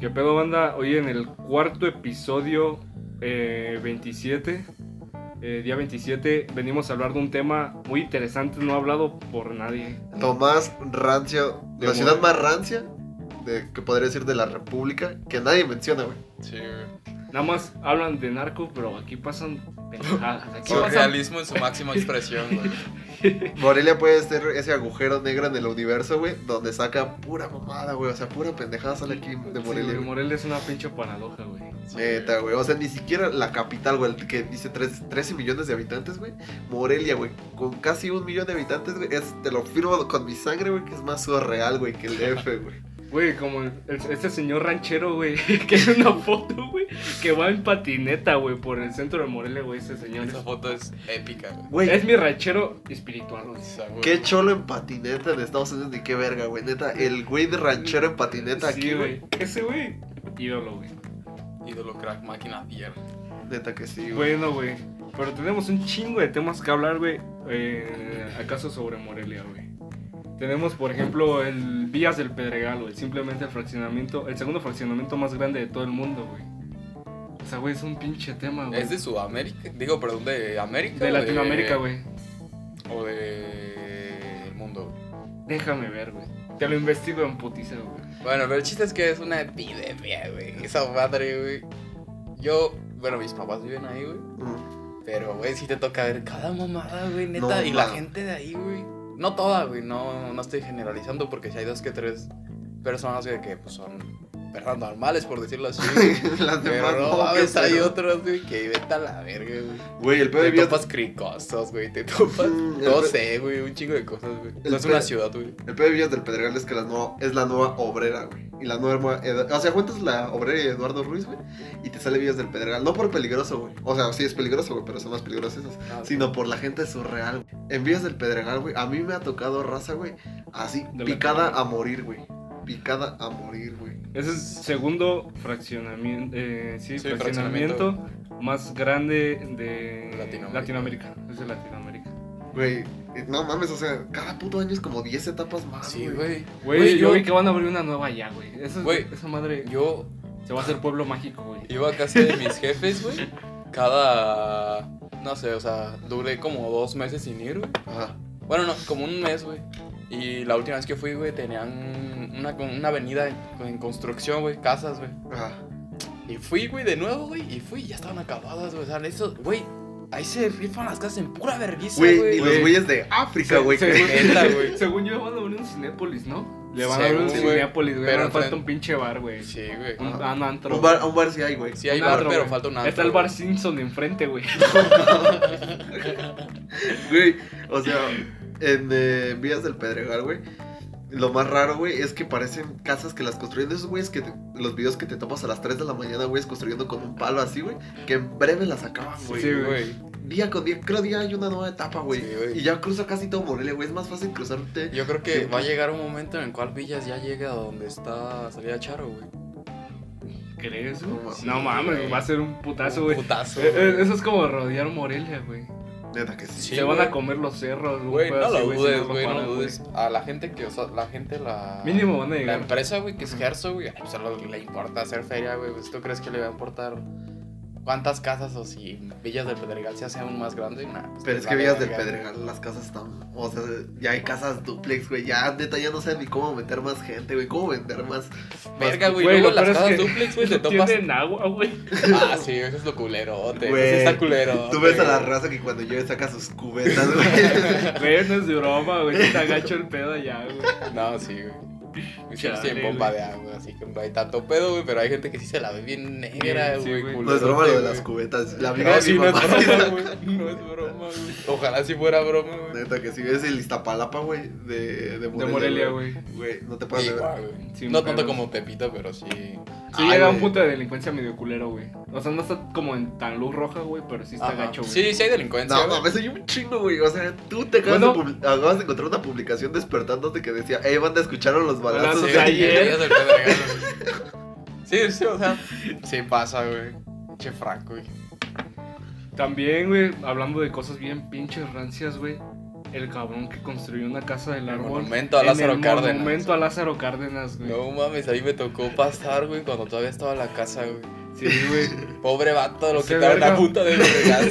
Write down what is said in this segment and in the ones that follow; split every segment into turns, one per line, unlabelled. ¿Qué pedo, banda? Hoy en el cuarto episodio eh, 27, eh, día 27, venimos a hablar de un tema muy interesante, no hablado por nadie.
Lo más rancio,
De
la ciudad
Morelia.
más rancia de, que podría decir de la República, que nadie menciona, güey.
Sí, güey.
Nada más hablan de narco, pero aquí pasan pendejadas. Aquí pasan...
Surrealismo en su máxima expresión, güey.
Morelia puede ser ese agujero negro en el universo, güey, donde saca pura mamada, güey. O sea, pura pendejada sale aquí de
Sí, güey,
Morelia, güey.
Morelia es una pinche paradoja, güey.
Sí,
Neta, güey. O sea, ni siquiera la capital, güey, el que dice tres- 13 millones de habitantes, güey. Morelia, güey, con casi un millón de habitantes, güey. es- Te lo firmo con mi sangre, güey, que es más surreal, güey, que el F, güey.
Güey, como el- el- este señor ranchero, güey, que es una foto, güey, que va en patineta, güey, por el centro de Morelia, güey, ese señor.
Esa foto es épica, güey.
Güey,
Es mi ranchero espiritual, güey.
Esa, güey.
Qué cholo en patineta en Estados Unidos, ni qué verga, güey. Neta, el güey de ranchero en patineta
Sí,
aquí, güey.
Ese, güey, ídolo, güey.
Ídolo crack, máquina fiera.
Neta que sí, güey.
Bueno, güey. Pero tenemos un chingo de temas que hablar, güey. eh, acaso sobre Morelia, güey. Tenemos, por ejemplo, el Vías del Pedregal, güey. Simplemente el fraccionamiento, el segundo fraccionamiento más grande de todo el mundo, güey. O sea, güey, es un pinche tema, güey.
¿Es de Sudamérica? Digo, perdón, de América.
De
o
Latinoamérica, güey.
O de. el mundo. güey?
Déjame ver, güey. Te lo investigo en putiza, güey.
Bueno, pero el chiste es que es una epidemia, güey. Esa madre, güey. Yo, bueno, mis papás viven ahí, güey.
Mm.
Pero, güey, sí te toca ver cada mamada, güey, neta.
No,
y la
ma.
gente de ahí, güey. No toda, güey, no, no estoy generalizando porque si hay dos que tres personas güey, que pues, son personas normales, por decirlo así. güey.
Las demás
Pero no
no, qué
mames, hay
pedo.
otros, güey, que vete a la verga, güey.
Güey, el pedo de
Te
vías,
topas cricosos, güey, te topas,
Mm,
no
el-
sé, güey, un chingo de cosas, güey.
el
No es una
pe-
ciudad, güey.
el pedo de Villas del Pedregal es que la nueva, es la nueva obrera, güey. Y la nueva. Edu- O sea, cuentas la obrera y Eduardo Ruiz, güey. Y te sale Villas del Pedregal. No por peligroso, güey. O sea, sí es peligroso, güey, pero son más peligrosas esas.
Ah,
Sino por la gente surreal. güey. En Villas del Pedregal, güey. A mí me ha tocado raza, güey. Así,
De
picada
Latinoamérica.
a morir, güey. Picada a morir, güey.
Ese es segundo fraccionamiento, eh, sí,
Sí,
fraccionamiento, más grande de Latinoamérica.
Latinoamérica.
Es de Latinoamérica.
Güey, eh, no mames, o sea, cada puto año es como 10 etapas más.
Sí, güey.
Güey, yo vi que van a abrir una nueva ya, güey. Esa,
Güey,
esa madre
Yo
se va a hacer pueblo mágico, güey.
Iba a casa de mis jefes, güey. Cada. No sé, o sea, duré como dos meses sin ir, güey.
Ajá.
Bueno, no, como un mes, güey. Y la última vez que fui, güey, tenían una, una avenida en, en construcción, güey, casas, güey.
Ajá.
Y fui, güey, de nuevo, güey, y fui, y ya estaban acabadas, güey. O sea, eso, güey, ahí se rifan las casas en pura vergüenza,
Güey,
güey.
ni los
güey.
güeyes de África, güey.
Se-
que-
según,
Neta, güey.
según yo van a abrir un Cinépolis, ¿no? Le van a abrir un
Según, güey.
Cinépolis, güey.
Pero
Pero falta
enfrente-
un pinche bar, güey.
Sí, güey.
Un,
Ajá.
un antro.
Un bar, un bar sí hay, güey.
Sí, hay
Un
bar,
antro,
pero
güey.
falta un antro.
Está el bar
güey.
Simpson enfrente, güey.
Güey, o sea, en eh, Vías del Pedregal, güey. Lo más raro, güey, es que parecen casas que las construyen esos güeyes que te- los videos que te topas a las 3 de la mañana, güey, es construyendo con un palo así, güey, que en breve las acaban, güey.
Sí,
Sí,
güey.
güey.
Día con día, cada día hay una nueva etapa, güey.
Sí, güey.
y ya cruza casi todo Morelia, güey, es más fácil cruzarte.
Yo creo que va a llegar un momento en el cual Villas ya llega a donde está salida Charo, güey.
¿Crees?
No
güey?
mames.
No mames,
güey.
va a ser un putazo,
Un
güey.
Putazo.
Eh, eh,
güey.
Eso es como rodear Morelia, güey.
Neta que sí.
Sí,
se van
güey.
a comer los cerros, un
Güey,
pedo
no
así,
lo
güey, si
dudes,
lo
güey, no
paran,
lo dudes. A la gente que, o sea, la gente la...
Mínimo van a
La
llegar.
empresa, güey, que es Gerso, güey, pues a lo- le importa hacer feria, güey. Pues, ¿Tú crees que le va a importar cuántas casas o si Villas del Pedregal se hace aún más grande? Nah, pues,
Pero
les
es que
vale
Villas del
verga.
Pedregal, las casas están. O sea, ya hay casas duplex, güey. Ya, neta, ya no sé ni cómo meter más gente, güey. Cómo vender más.
Verga, güey,
Güey, lo
luego las
peor es
casas
que
duplex, güey, te
Pues No
topas...
tienen agua, güey.
Ah, sí, eso es lo culerote,
Güey,
eso está culero.
Tú ves a la raza que cuando llueve saca sus cubetas, güey.
Güey, no es de broma, güey. Está gacho el pedo allá, güey.
No, sí, güey. Y sí,
Chale,
sí, en bomba de agua, así que no hay tanto pedo, güey, pero hay gente que sí se la ve bien negra,
Sí, sí,
güey,
güey.
No es
culerote,
broma lo de
güey.
las cubetas. La amiga
No,
de
sí,
mi
no es
mamá. sí
broma,
saca-
güey. No es broma, güey. Ojalá si fuera broma, güey.
Neta que sí, es el Iztapalapa, güey, de, de
De Morelia,
Morelia.
güey.
Güey, no te puedes ver.
Igual, güey.
Sin
no tanto
pedos.
como Pepito, pero sí.
Sí,
Ay,
llega un
güey.
punto de delincuencia medio culero, güey. O sea, no está como en tan luz roja, güey, pero sí está
Ajá.
gacho, güey.
Sí, sí hay delincuencia.
No,
güey.
mames, soy un chingo, güey. O sea, tú te acabas,
Bueno.
de, publi- acabas de encontrar una publicación despertándote que decía, hey, banda, escucharon los balazos
Balazos
de
de ayer.
ayer.
Ellos del Pedregal, güey. Sí, sí, o sea. Sí pasa, güey. Che Franco, güey.
También, güey, hablando de cosas bien pinches rancias, güey. el cabrón que construyó una casa del
El
árbol.
monumento a
en
Lázaro
el
Cárdenas.
monumento a Lázaro Cárdenas, güey.
No mames, ahí me tocó pasar, güey, cuando todavía estaba en la casa, güey.
Sí, güey.
Pobre vato, lo
Se
quitaron
verga.
a punta de vergazo,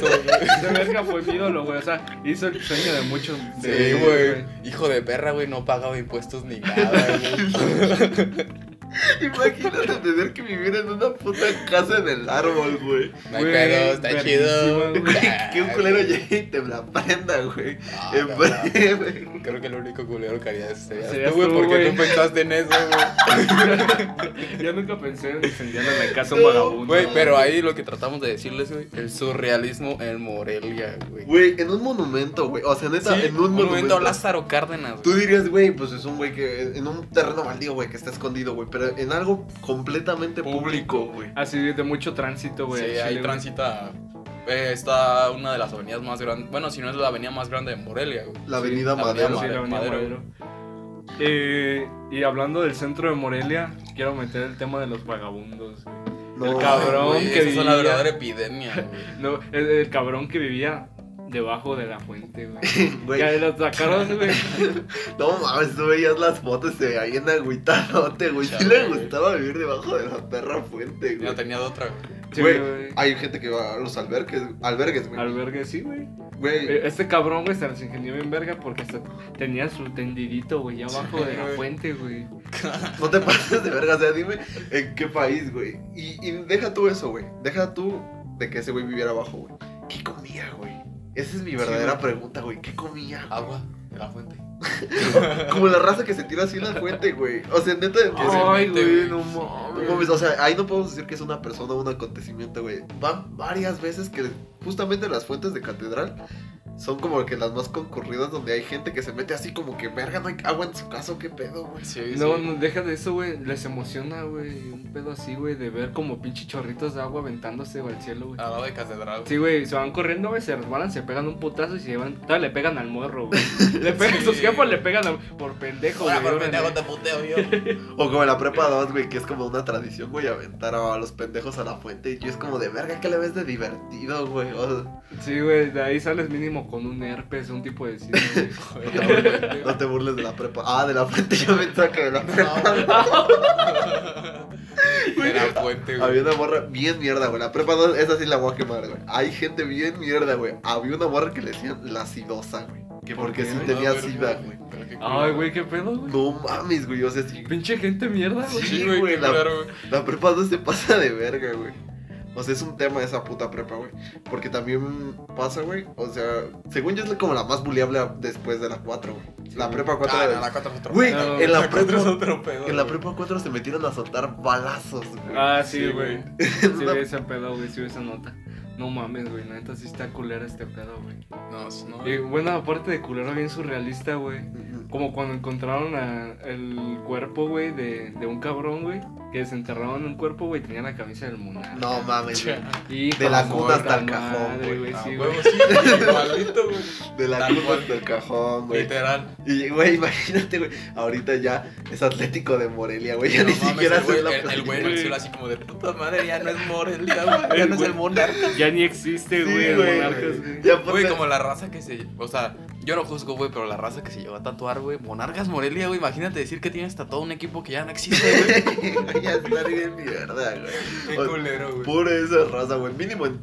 güey.
Ese verga fue mi ídolo, güey. O sea, hizo el sueño de muchos. de-
Sí, güey. Hijo de perra, güey, no pagaba impuestos ni nada, güey.
Imagínate tener que vivir en una puta casa en el árbol, güey.
No hay
Güey,
pedo, está chido.
verguísima, güey.
Que un culero llegue y te la prenda, güey.
Ah,
En
no,
breve.
no. Creo que el único culero que haría sería
Serías
tú, güey,
tú,
porque
güey.
tú pensaste en eso, güey.
Yo nunca pensé en incendiar en la casa a
No,
un vagabundo.
Güey, pero ahí lo que tratamos de decirles, güey, el surrealismo en Morelia, güey.
Güey, en un monumento, güey. O sea, neta,
Sí,
en un, monumento.
a Lázaro Cárdenas,
Tú
güey.
dirías, güey, pues es un güey que en un terreno baldío, güey, que está escondido, güey, pero en algo completamente público, güey.
Así de mucho tránsito, güey.
Sí,
al chile,
ahí
güey.
transita. eh, está una de las avenidas más grandes. Bueno, si no es la avenida más grande de Morelia, güey.
La avenida
la
Madero.
Sí, la Avenida
Madero.
Madero. Eh, y hablando del centro de Morelia, quiero meter el tema de los vagabundos. güey.
No,
el cabrón
Güey,
que
esa es una
vivía-
verdadera epidemia, güey.
No, el, el cabrón que vivía debajo de la fuente, güey.
güey.
Que lo sacaron, güey.
No mames, tú veías las fotos, se veía bien agüitadote, güey. Sí
Chale,
le
güey.
gustaba vivir debajo de la perra fuente,
No
güey.
tenía de otra, güey.
Sí,
Güey,
güey.
hay gente que va a los albergues, albergues, güey.
Albergue, sí, güey.
Güey,
Eh, Este cabrón, güey, se las ingenió bien verga porque hasta tenía su tendidito, güey, abajo
Sí,
de la
güey.
fuente, güey.
no te pases de verga, o sea, dime en qué país, güey. Y, y deja tú eso, güey. Deja tú de que ese güey viviera abajo, güey. ¿Qué comía, güey? Esa es mi verdadera
güey.
pregunta, güey. ¿Qué comía? güey?
Agua de la fuente.
Como la raza que se tira así en la fuente, güey. O sea, neta, que se-
Ay,
Ay,
mete,
güey,
güey.
no
No
mames.
mames, o sea, ahí no podemos decir que es una persona o un acontecimiento, güey. Van varias veces que justamente las fuentes de catedral son como que las más concurridas donde hay gente que se mete así como que, verga, no hay agua en su caso, qué pedo, güey.
Sí,
No,
sí.
no, deja de eso, güey. Les emociona, güey. Un pedo así, güey, de ver como pinche chorritos de agua aventándose güey, al cielo, güey.
Al lado de catedral.
Sí, güey, se van corriendo, güey, se resbalan, se pegan un putazo y se llevan. Todavía le pegan al morro, güey. Le pegan,
Sí.
sus jefas le pegan al- por pendejo, güey.
Ahora por
órale.
pendejo te puteo yo.
O como en la prepa 2, güey, que es como una tradición, güey, aventar a los pendejos a la fuente. Y yo es como de, verga, ¿qué le ves de divertido, güey? O sea,
Sí, güey, de ahí sales mínimo con un herpes, un tipo de sida, güey.
no te burles de la prepa. Ah, de la fuente, yo me saco de la prepa.
De la fuente, güey.
Había una morra bien mierda, güey. La prepa 2, esa sí la voy a quemar, güey. Hay gente bien mierda, güey. Había una morra que le decían la sidosa, güey. Que
¿Por
porque
qué,
sí
güey?
tenía sida, güey.
Ay, güey, qué pedo, güey.
No mames, güey. O sea, sí,
Pinche gente mierda, güey.
Sí,
Sí, güey,
güey,
qué
la-
culero, güey.
la prepa 2 se pasa de verga, güey. O sea, es un tema esa puta prepa, güey. Porque también pasa, güey. O sea, según yo es como la más buleable después de la 4, güey.
Sí,
la
güey.
prepa 4
Ah,
era-
no, la cuatro es otro
Güey,
pedo,
en
la
cuatro
prepa-
es otro pedo,
En la
güey.
prepa 4 se metieron a soltar balazos, güey.
Ah,
Sí,
sí, güey. Sí,
Es una-
ve ese pedo, güey, sí, ve esa nota. No mames, güey, neta, sí está culera este pedo, güey.
No, es- no.
Y bueno, aparte de culero, bien surrealista, güey. Como cuando encontraron a- el cuerpo, güey, de, de un cabrón, güey. Que desenterraron un cuerpo, güey, y tenía la camisa del monarca.
No mames, güey.
Hijo
de la
su
cuna hasta el
puta
cajón,
madre,
güey.
güey.
Ah,
sí,
huevo,
güey.
sí, güey, igualito, güey.
De la
Tal
culpa
cual.
hasta el cajón, güey.
Literal.
Y, güey, imagínate, güey, ahorita ya es Atlético de Morelia, güey, ya
No
ni
mames,
siquiera
el güey-
hace la
el- El güey en el
playa.
cielo así como de puta madre, ya no es Morelia, güey. Ya no es el monarca.
Ya ni existe,
Sí,
güey, el
güey.
monarcas, güey.
Ya ponte-
Güey, como la raza que se. O sea, yo no juzgo, güey, pero la raza que se llevó a tatuar, güey. Monarcas Morelia, güey. Imagínate decir que tienes tatuado un equipo que ya no existe, güey.
ya está bien mierda, güey.
Qué culero, güey.
Pura esa raza, güey. Mínimo en...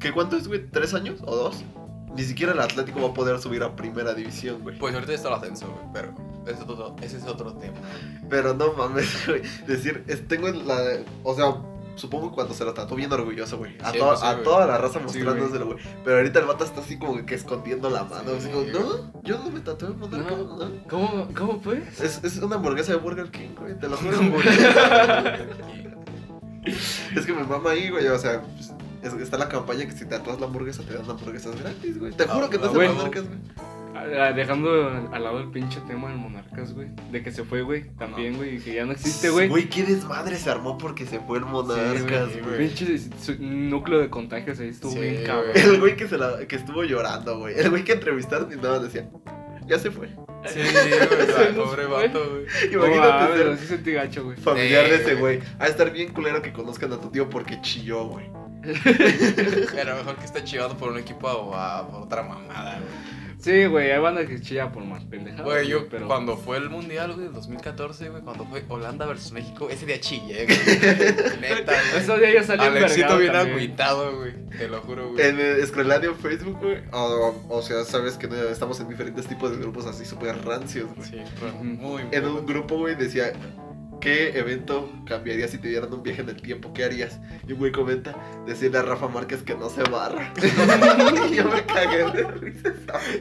¿Qué cuánto es, güey? ¿Tres años o dos? Ni siquiera el Atlético va a poder subir a primera división, güey.
Pues ahorita está el ascenso, güey, pero ese es otro, ese es otro tema.
Pero no mames, güey. Decir, es- tengo la. O sea, supongo que cuando se lo trató bien orgulloso, güey. A,
Sí,
toda-
pues sí,
a
güey.
toda la raza
Sí,
mostrándoselo, güey. Pero ahorita el vato está así como que escondiendo la mano.
Sí,
así como,
güey.
no, yo no me tatué en monarca,
No.
no.
¿Cómo, ¿Cómo pues?
Es, es una hamburguesa de Burger King, güey, te lo juro. es que mi mamá ahí, güey, o sea, pues, es- está la campaña que si te atras la hamburguesa te dan hamburguesas gratis, güey. Te
Ah,
juro que no
ah,
se
güey.
me acercas, güey.
Ah, ah, Dejando al lado el pinche tema del monarcas, güey. De que se fue, güey. También, güey. y Que ya no existe, güey.
Güey, qué desmadre se armó porque se fue el monarcas,
Sí,
güey.
güey.
Pinche su- núcleo de contagios ahí estuvo
Sí,
bien
güey.
cabrón.
El güey que, se la, que estuvo llorando, güey. El güey que entrevistaron y nada, decía, ya se fue.
Sí, güey,
Se
va,
nos
pobre
fue.
vato, güey.
No,
Imagínate
mames,
ser
sí sentí gacho, güey.
familiar de
Sí,
ese
güey.
güey. A estar bien culero que conozcan a tu tío porque chilló, güey.
Pero mejor que está chivado por un equipo o a- por otra mamada, güey.
Sí, güey, hay banda que chilla por más pendejadas.
Güey, yo
pero-
cuando fue el mundial, güey, del 2014, güey, cuando fue Holanda versus México, ese día chillé, güey. Neta, güey.
Eso ya ya salió
Alexito
envergado
bien
también.
agüitado, güey. Te lo juro, güey.
En eh, Scrolladio en Facebook, güey. O, o sea, sabes que no- estamos en diferentes tipos de grupos así súper rancios, güey.
Sí, fue muy, muy.
En un grupo, güey, decía, ¿qué evento cambiarías si te dieran un viaje en el tiempo? ¿Qué harías? Y un güey comenta, decirle a Rafa Márquez que no se barra. y yo me cagué de risa.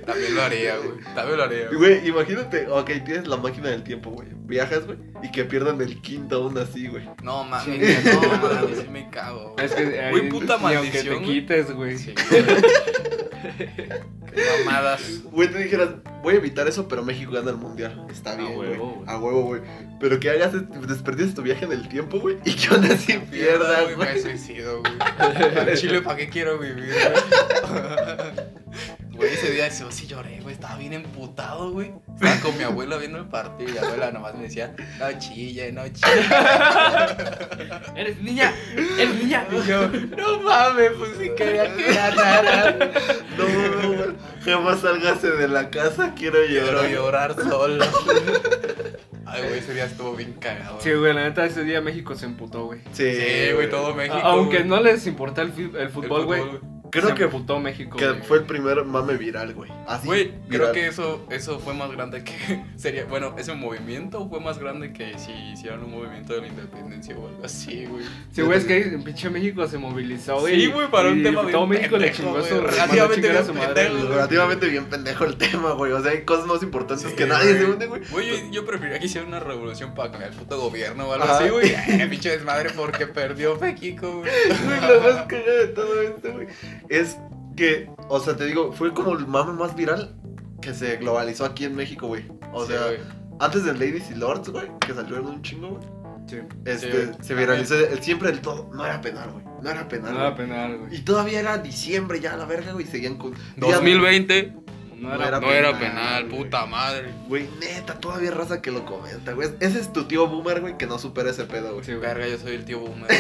También lo haría, güey. También lo haría.
Y, Güey, imagínate, ok, tienes la máquina del tiempo, güey. Viajas, güey, y que pierdan el quinto aún así, güey.
No mames,
Sí.
no mames, sí me cago. güey.
Es que
Güey,
ahí,
puta
ni aunque te
maldición, güey.
quites, güey.
Sí, güey. Qué mamadas.
Güey, te dijeras, voy a evitar eso, pero México gana el mundial. Está
A
bien, güey.
huevo, güey.
A huevo, güey. Pero que hagas, desperdices tu viaje en el tiempo, güey, y que aún así pierdas,
güey. Me
güey.
suicido, güey. Al Chile, ¿para qué quiero vivir, güey? Güey, ese día yo sí lloré, güey. Estaba bien emputado, güey. Estaba con mi abuela viendo el partido y mi abuela nomás me decía, no chille, no chille.
Eres niña, eres niña.
Y yo, no mames, pues sí quería que ganara.
No, no, güey. Jamás sálgase de la casa, quiero
Quiero
llorar.
llorar solo. Ay, güey, ese día estuvo bien cagado.
Sí, güey, la neta ese día México se emputó, güey.
Sí, güey, todo México.
A- Aunque
güey.
no les importa el, fi- el
El
fútbol, güey.
Creo
se
que,
emputó México.
que
güey.
fue el primer mame viral, güey. Así.
Güey, creo
viral.
que eso, eso fue más grande que sería, bueno, ese movimiento fue más grande que si hicieran un movimiento de la independencia o algo así, güey.
Sí, güey, es que en pinche México se movilizó, güey.
Sí, güey, para un
y
tema bien
Todo México le
pendejo,
chingó a su
güey,
mandó a
relativamente
chingar a
bien
su madre,
pendejo,
güey.
Relativamente bien pendejo el tema, güey. O sea, hay cosas más importantes
Sí,
que nadie
güey.
se hunde, güey.
Güey, yo, yo preferiría que hicieran una revolución para cambiar el puto gobierno o algo
Ajá.
así, güey. Eh, pinche desmadre porque perdió México, güey.
Güey, lo más cagado de todo esto, güey, es que, o sea, te digo, fue como el mame más viral que se globalizó aquí en México, güey. O
Sí,
sea,
güey.
antes de Ladies y Lords, güey, que salieron un chingo, güey.
Sí,
Este,
güey.
se viralizó el- siempre el todo. No era penal, güey. No era penal.
no
Ah.
era
güey.
penal, güey.
Y todavía era diciembre ya, la verga, güey, y seguían con...
2020
No
no
era
era
no era
penal,
penal,
güey.
puta madre.
Güey, neta, todavía hay raza que lo comenta, güey. Ese es tu tío boomer, güey, que no supera ese pedo, güey.
Sí, güey.
Verga, yo soy el tío boomer.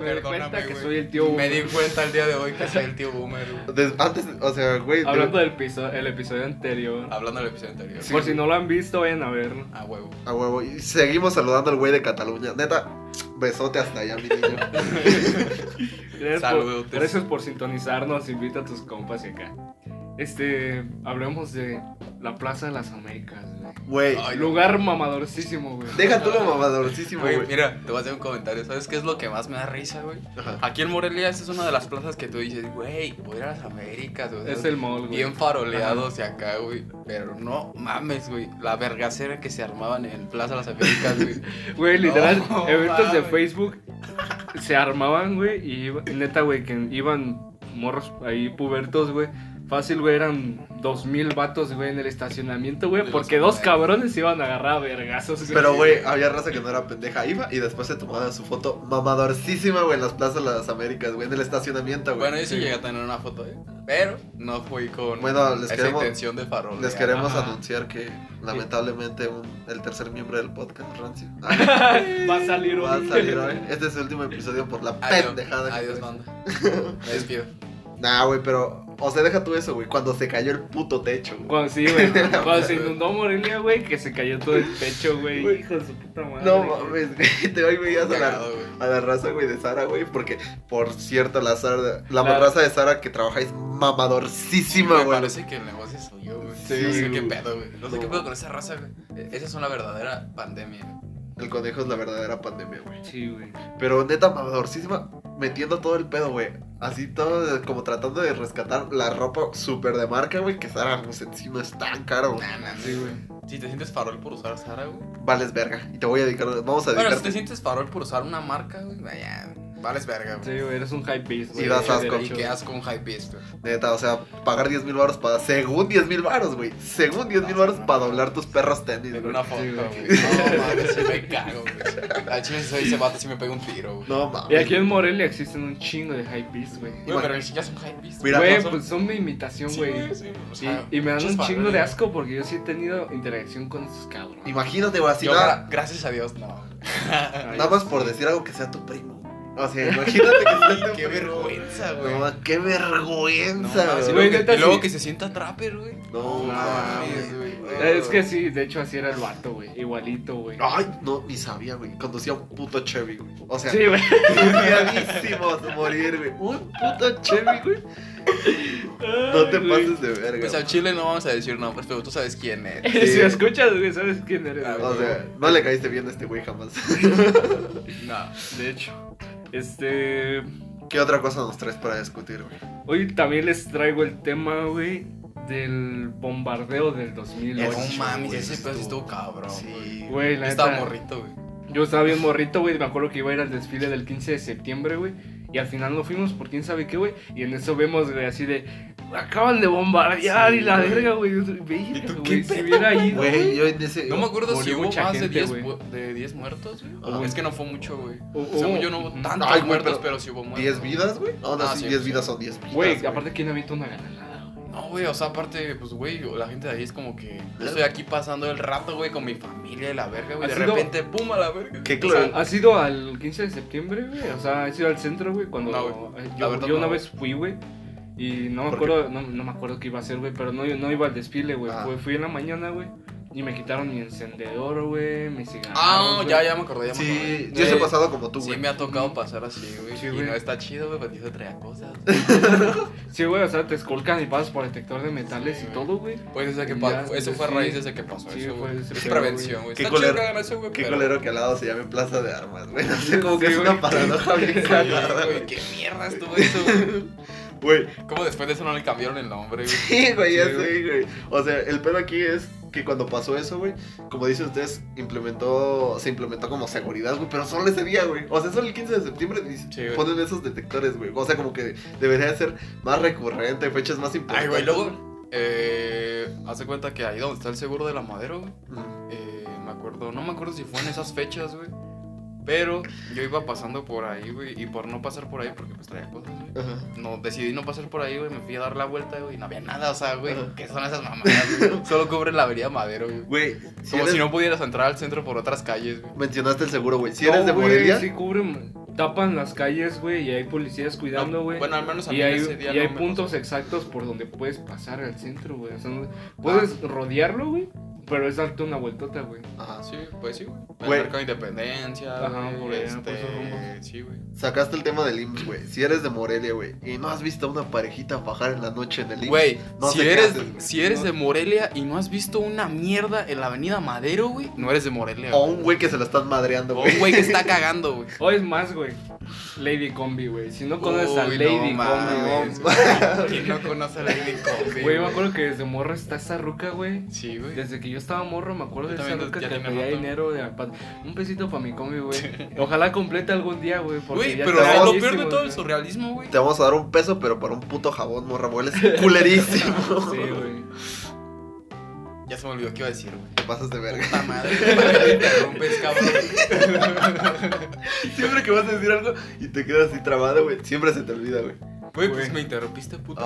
Me di cuenta que soy el tío
Me
boomer.
di cuenta el día de hoy que soy el tío boomer. güey.
Des- antes, o sea, güey... de-
Hablando del piso, el episodio anterior.
Hablando del episodio anterior.
Por si no lo han visto, vayan a verlo.
A huevo.
A huevo. Y seguimos saludando al güey de Cataluña. Neta, besote hasta allá, mi niño.
Gracias,
Saludos.
por, gracias por sintonizarnos, invita a tus compas y acá. Este, hablemos de la Plaza de las Américas, güey.
Güey,
Ay,
Lugar mamadorcísimo, güey.
deja tú lo mamadorcísimo,
Güey,
Ah, güey.
mira, te voy a hacer un comentario. ¿Sabes qué es lo que más me da risa, güey?
Ajá.
Aquí en Morelia, esa es una de las plazas que tú dices, güey, voy a ir a las Américas, güey.
Es el mall, güey.
Bien faroleados y acá, güey. Pero no mames, güey. La vergacera que se armaban en Plaza Las Américas, güey.
Güey, literal,
No,
eventos de
mames.
Facebook se armaban, güey, y iba- neta, güey, que iban morros ahí pubertos, güey. Fácil, güey, eran dos mil vatos, güey, en el estacionamiento, güey,
De los
porque dos
américas.
cabrones se iban a agarrar a vergazos, güey.
Pero, güey, había raza que no era pendeja. Iba y después se tomaba su foto mamadorcísima, güey, en las plazas de las Américas, güey, en el estacionamiento, güey.
Bueno, yo sí llegué a tener una foto, ¿eh? Pero no fui con
Bueno, les
esa
queremos-
intención de farolear.
Les queremos
Ajá.
anunciar que, lamentablemente, un- el tercer miembro del podcast, Rancio,
Va a salir,
va a
güey.
salir hoy. Este es el último episodio por la
Adiós,
pendejada. que
adiós
fue.
banda. Me despido.
Nah, güey, pero, o sea, deja tú eso, güey, cuando se cayó el puto techo, güey.
Cuando, sí, güey. Cuando se inundó Morelia, güey, que se cayó todo el techo, güey.
Güey.
Hijo de su puta madre.
No
güey.
mames, güey, te voy veías a la,
Cagado, güey.
a la raza, güey, de Sara, güey, porque, por cierto, la Sara, la,
La-
raza de Sara que trabaja es mamadorcísima,
me
güey.
parece que el negocio es suyo, güey.
Sí,
no sé
güey.
qué pedo, güey. No sé qué
No.
pedo con esa raza, güey. Eh, Esa es una verdadera pandemia. güey.
El conejo es la verdadera pandemia, güey.
Sí, güey.
Pero neta, mamadorcísima, metiendo todo el pedo, güey. Así todo, de- como tratando de rescatar la ropa súper de marca, güey, que Sara, pues encima es tan caro, güey.
Nah, nah,
Sí, güey.
Si te sientes farol por usar Sara, güey.
Vales verga. Y te voy a dedicar, vamos a
Bueno, si
dedicarte.
te sientes farol por usar una marca, güey, vaya, vales verga, güey.
Sí, güey, eres un high beast, güey.
Sí, das
de
asco.
derecho,
Y
güey.
que asco un hype beast, güey.
Neta, o sea, pagar 10 mil baros para. Según 10 mil baros, güey. Según 10 mil baros para doblar tus perros tenis,
En
güey.
una foto,
Sí,
güey.
güey.
No, mames, sí me cago, güey. Al chile si soy ese vato, sí me pega un tiro, güey.
No
Y
mames.
aquí en Morelia existen un chingo de high beast, güey.
Güey, pero ni siquiera es un hype beast.
Mira,
Güey,
no son-
pues son mi imitación,
Sí,
güey. Ah,
güey, sí, güey, o
Sí,
sea,
y me dan
muchos
un chingo
faroles.
de asco porque yo sí he tenido interacción con esos cabrones.
Imagínate, güey, así
Yo,
nada,
gra- gracias a Dios, no.
Ay,
nada más por decir algo que sea tu primo. O sea, imagínate que esté
Y qué
frío.
vergüenza, güey.
No, qué vergüenza,
mames,
sí,
güey.
güey,
güey, neta,
y luego
sí.
que se sienta trapper, güey.
No,
No,
mames,
güey.
güey.
Es que sí, de hecho así era el vato, güey. Igualito, güey.
Ay, no, ni sabía, güey. Conducía un puto Chevy, güey. O sea,
Sí, güey.
confiadísimo a morir, güey. Un puto Chevy, güey. No te
Ay, güey.
pases de verga.
Pues al chile no vamos a decir nombres, pero tú sabes quién es.
Sí.
Si escuchas, güey, sabes quién eres.
Ah,
güey.
O sea, no le caíste bien a este güey jamás.
No.
De hecho, este.
¿Qué otra cosa nos traes para discutir, güey?
Hoy también les traigo el tema, güey, del bombardeo del 2008.
No mames,
güey,
ese pedo sí estuvo cabrón. güey.
Sí.
Güey,
Yo
la
estaba
neta,
morrito, güey.
Yo estaba bien morrito, güey. Me acuerdo que iba a ir al desfile del 15 de septiembre, güey. Y al final no fuimos por quién sabe qué, güey. Y en eso vemos, güey, así de. Acaban de bombardear
Sí,
y la
güey.
verga, güey.
¿Y
Verga,
tú
güey.
qué
Si
pedo,
hubiera ido.
Güey, yo en ese.
No me acuerdo si
murió
hubo
mucha
más
gente,
de 10
güey.
mu- de 10 muertos, güey.
Ajá.
Es que no fue mucho, güey.
O-
Según
o-
yo no hubo
Ujú.
tantos
Ay, güey,
muertos,
pero
pero sí hubo muertos.
¿10 vidas, güey? No, no,
Ah,
sí,
sí,
10
sí.
vidas son 10 vidas.
Güey, aparte, ¿quién avienta una granada, güey?
No, güey, o sea, aparte, pues, güey, la gente de ahí es como que yo estoy aquí pasando el rato, güey, con mi familia y la verga, güey.
Ha
De
sido-
repente, pum, a la verga.
Qué
O sea,
cloro.
¿Has ido al 15 de septiembre, güey? O sea, ¿has ido al centro, güey? Cuando
No, güey.
eh,
La
yo,
verdad,
yo una
no.
vez fui, güey. Y no me
¿Por
acuerdo, no, no me acuerdo qué iba a hacer, güey, pero no, no iba al desfile, güey.
Ah.
Fue- Fui en la mañana, güey. Y me quitaron mi encendedor, güey, mis cigarros.
Ah,
güey.
ya, ya me acordé, ya me
Sí,
acordé.
yo se he
Güey,
pasado como tú,
Sí,
güey.
me ha tocado pasar así, güey.
Sí,
y
güey.
no está chido, güey, porque se traía cosas.
Sí, güey, o sea, te escolcan y pasas por detector de metales
Sí,
y
güey.
todo, güey.
Pues desde
Ya,
que pasó, eso fue a
sí.
raíz desde que pasó
Sí,
eso,
fue
güey.
ese
Es
pedo,
prevención, güey.
Qué
Está chido
culero.
que hagan eso, güey,
Qué
pero-
colero que al lado se llame Plaza de Armas, güey. No sé, como que
Sí,
es una
güey.
paradoja bien
Sí,
cagada,
güey,
güey.
qué mierda estuvo eso, güey.
Güey,
¿Cómo después de eso no le cambiaron el nombre, güey?
Sí, güey, ya
Sí, güey.
sé, güey. O sea, el pedo aquí es que cuando pasó eso, güey, como dicen ustedes, implementó, se implementó como seguridad, güey, pero solo ese día, güey. O sea, solo el 15 de septiembre dis-
Sí, güey.
ponen esos detectores, güey. O sea, como que debería ser más recurrente, fechas más
Ay,
importantes.
güey, luego, eh, hace cuenta que ahí donde está el seguro de la madera, güey,
Mm.
eh, me acuerdo, no me acuerdo si fue en esas fechas, güey, pero yo iba pasando por ahí, güey, y por no pasar por ahí, porque pues traía cosas, güey,
Ajá.
no, decidí no pasar por ahí, güey, me fui a dar la vuelta, güey, y no había nada, o sea,
Ajá.
güey, ¿qué son esas mamadas, güey? Solo cubre la avenida Madero, güey.
Güey, si
Como
eres-
si no pudieras entrar al centro por otras calles, güey.
mencionaste el seguro, güey. Si
No,
eres de
güey,
Morelia,
Sí, cubren, tapan las calles, güey, y hay policías cuidando,
No,
güey.
Bueno, al menos Pues, a mí
Y hay,
ese día
y hay
no me
puntos
pasó. Ah.
exactos por donde puedes pasar al centro, güey. O sea, no- puedes rodearlo, güey, pero es darte una vueltota, güey.
Ajá.
Sí, pues sí, güey. El
Güey.
mercado de independencia,
Ajá,
güey,
por allá,
este,
por esos rumbos.
Sí, güey.
sacaste el tema del IMSS, güey. Si eres de Morelia, güey, y no has visto a una parejita bajar en la noche en el IMSS.
Güey,
no
si,
sé qué
eres,
haces, güey.
si eres
No.
de Morelia y no has visto una mierda en la avenida Madero, güey, no eres de Morelia.
O
güey.
un güey que se la están madreando,
O
güey.
un güey que está cagando, güey.
O es más, güey, Lady Combi, güey. Si no conoces a
Uy,
Lady Combi,
no mames,
güey.
güey. ¿Quién no conoce a Lady Combi?
Güey, me acuerdo que desde morro está esa ruca, güey.
Sí, güey.
Desde que yo estaba morro, me acuerdo de
Yo
esa
también
ruca que
ya tenía
pedía
rato.
dinero. De, pa- un pesito para mi combi, güey. Ojalá complete algún día, güey. porque
Güey,
ya
pero
está
estaba
lo
buenísimo,
peor de todo el
buenísimo,
surrealismo, güey.
Te vamos a dar un peso, pero para un puto jabón, morra, hueles culerísimo.
güey. Sí, güey.
Ya se me olvidó qué iba a decir, güey.
Te pasas de verga.
Puta madre, güey, me interrumpes, cabrón.
Siempre que vas a decir algo y te quedas así trabado, güey, siempre se te olvida, güey.
Güey, pues
Güey.
me interrumpiste, puto.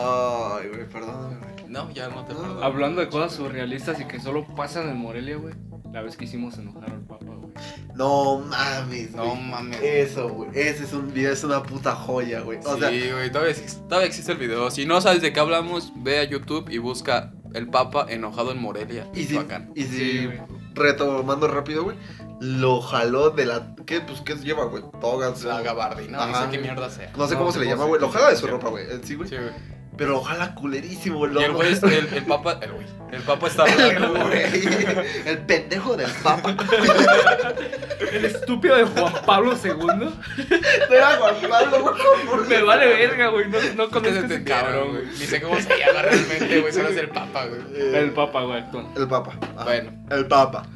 Ay, güey, perdón, güey.
No, ya no te
No.
perdono.
Hablando de cosas surrealistas y que solo pasan en Morelia, güey. La vez que hicimos enojar al papa, güey.
No mames,
No
güey.
mames.
Eso, güey. Ese es un video, es una puta joya, güey. O sea,
sí, güey, todavía, ex- todavía existe el video. Si no sabes de qué hablamos, ve a YouTube y busca el Papa enojado en Morelia.
y si,
Michoacán.
y si
Sí, güey.
retomando rápido, güey, lo jaló de la. ¿Qué, pues, qué lleva, güey? Togas,
La
güey.
gabardina, no
Ajá.
sé qué mierda sea.
No sé
No,
cómo se le
no
llama,
sé
güey. Lo
qué
jala de
se
su
llama.
ropa, güey. Sí, güey.
Sí, güey.
Pero lo jala culerísimo, güey.
Y el
loco.
güey, es- el, el Papa, el güey, el Papa está hablando, güey.
El pendejo del papa.
El estúpido de Juan Pablo II.
No era Juan Pablo, güey.
Me vale verga, güey. No, no
Con
conozco a ese cabrón, güey.
Ni sé cómo se llama realmente, güey. Solo es el Papa, güey.
Eh,
El papa, güey, actual.
El papa. Ajá.
Bueno,
El papa.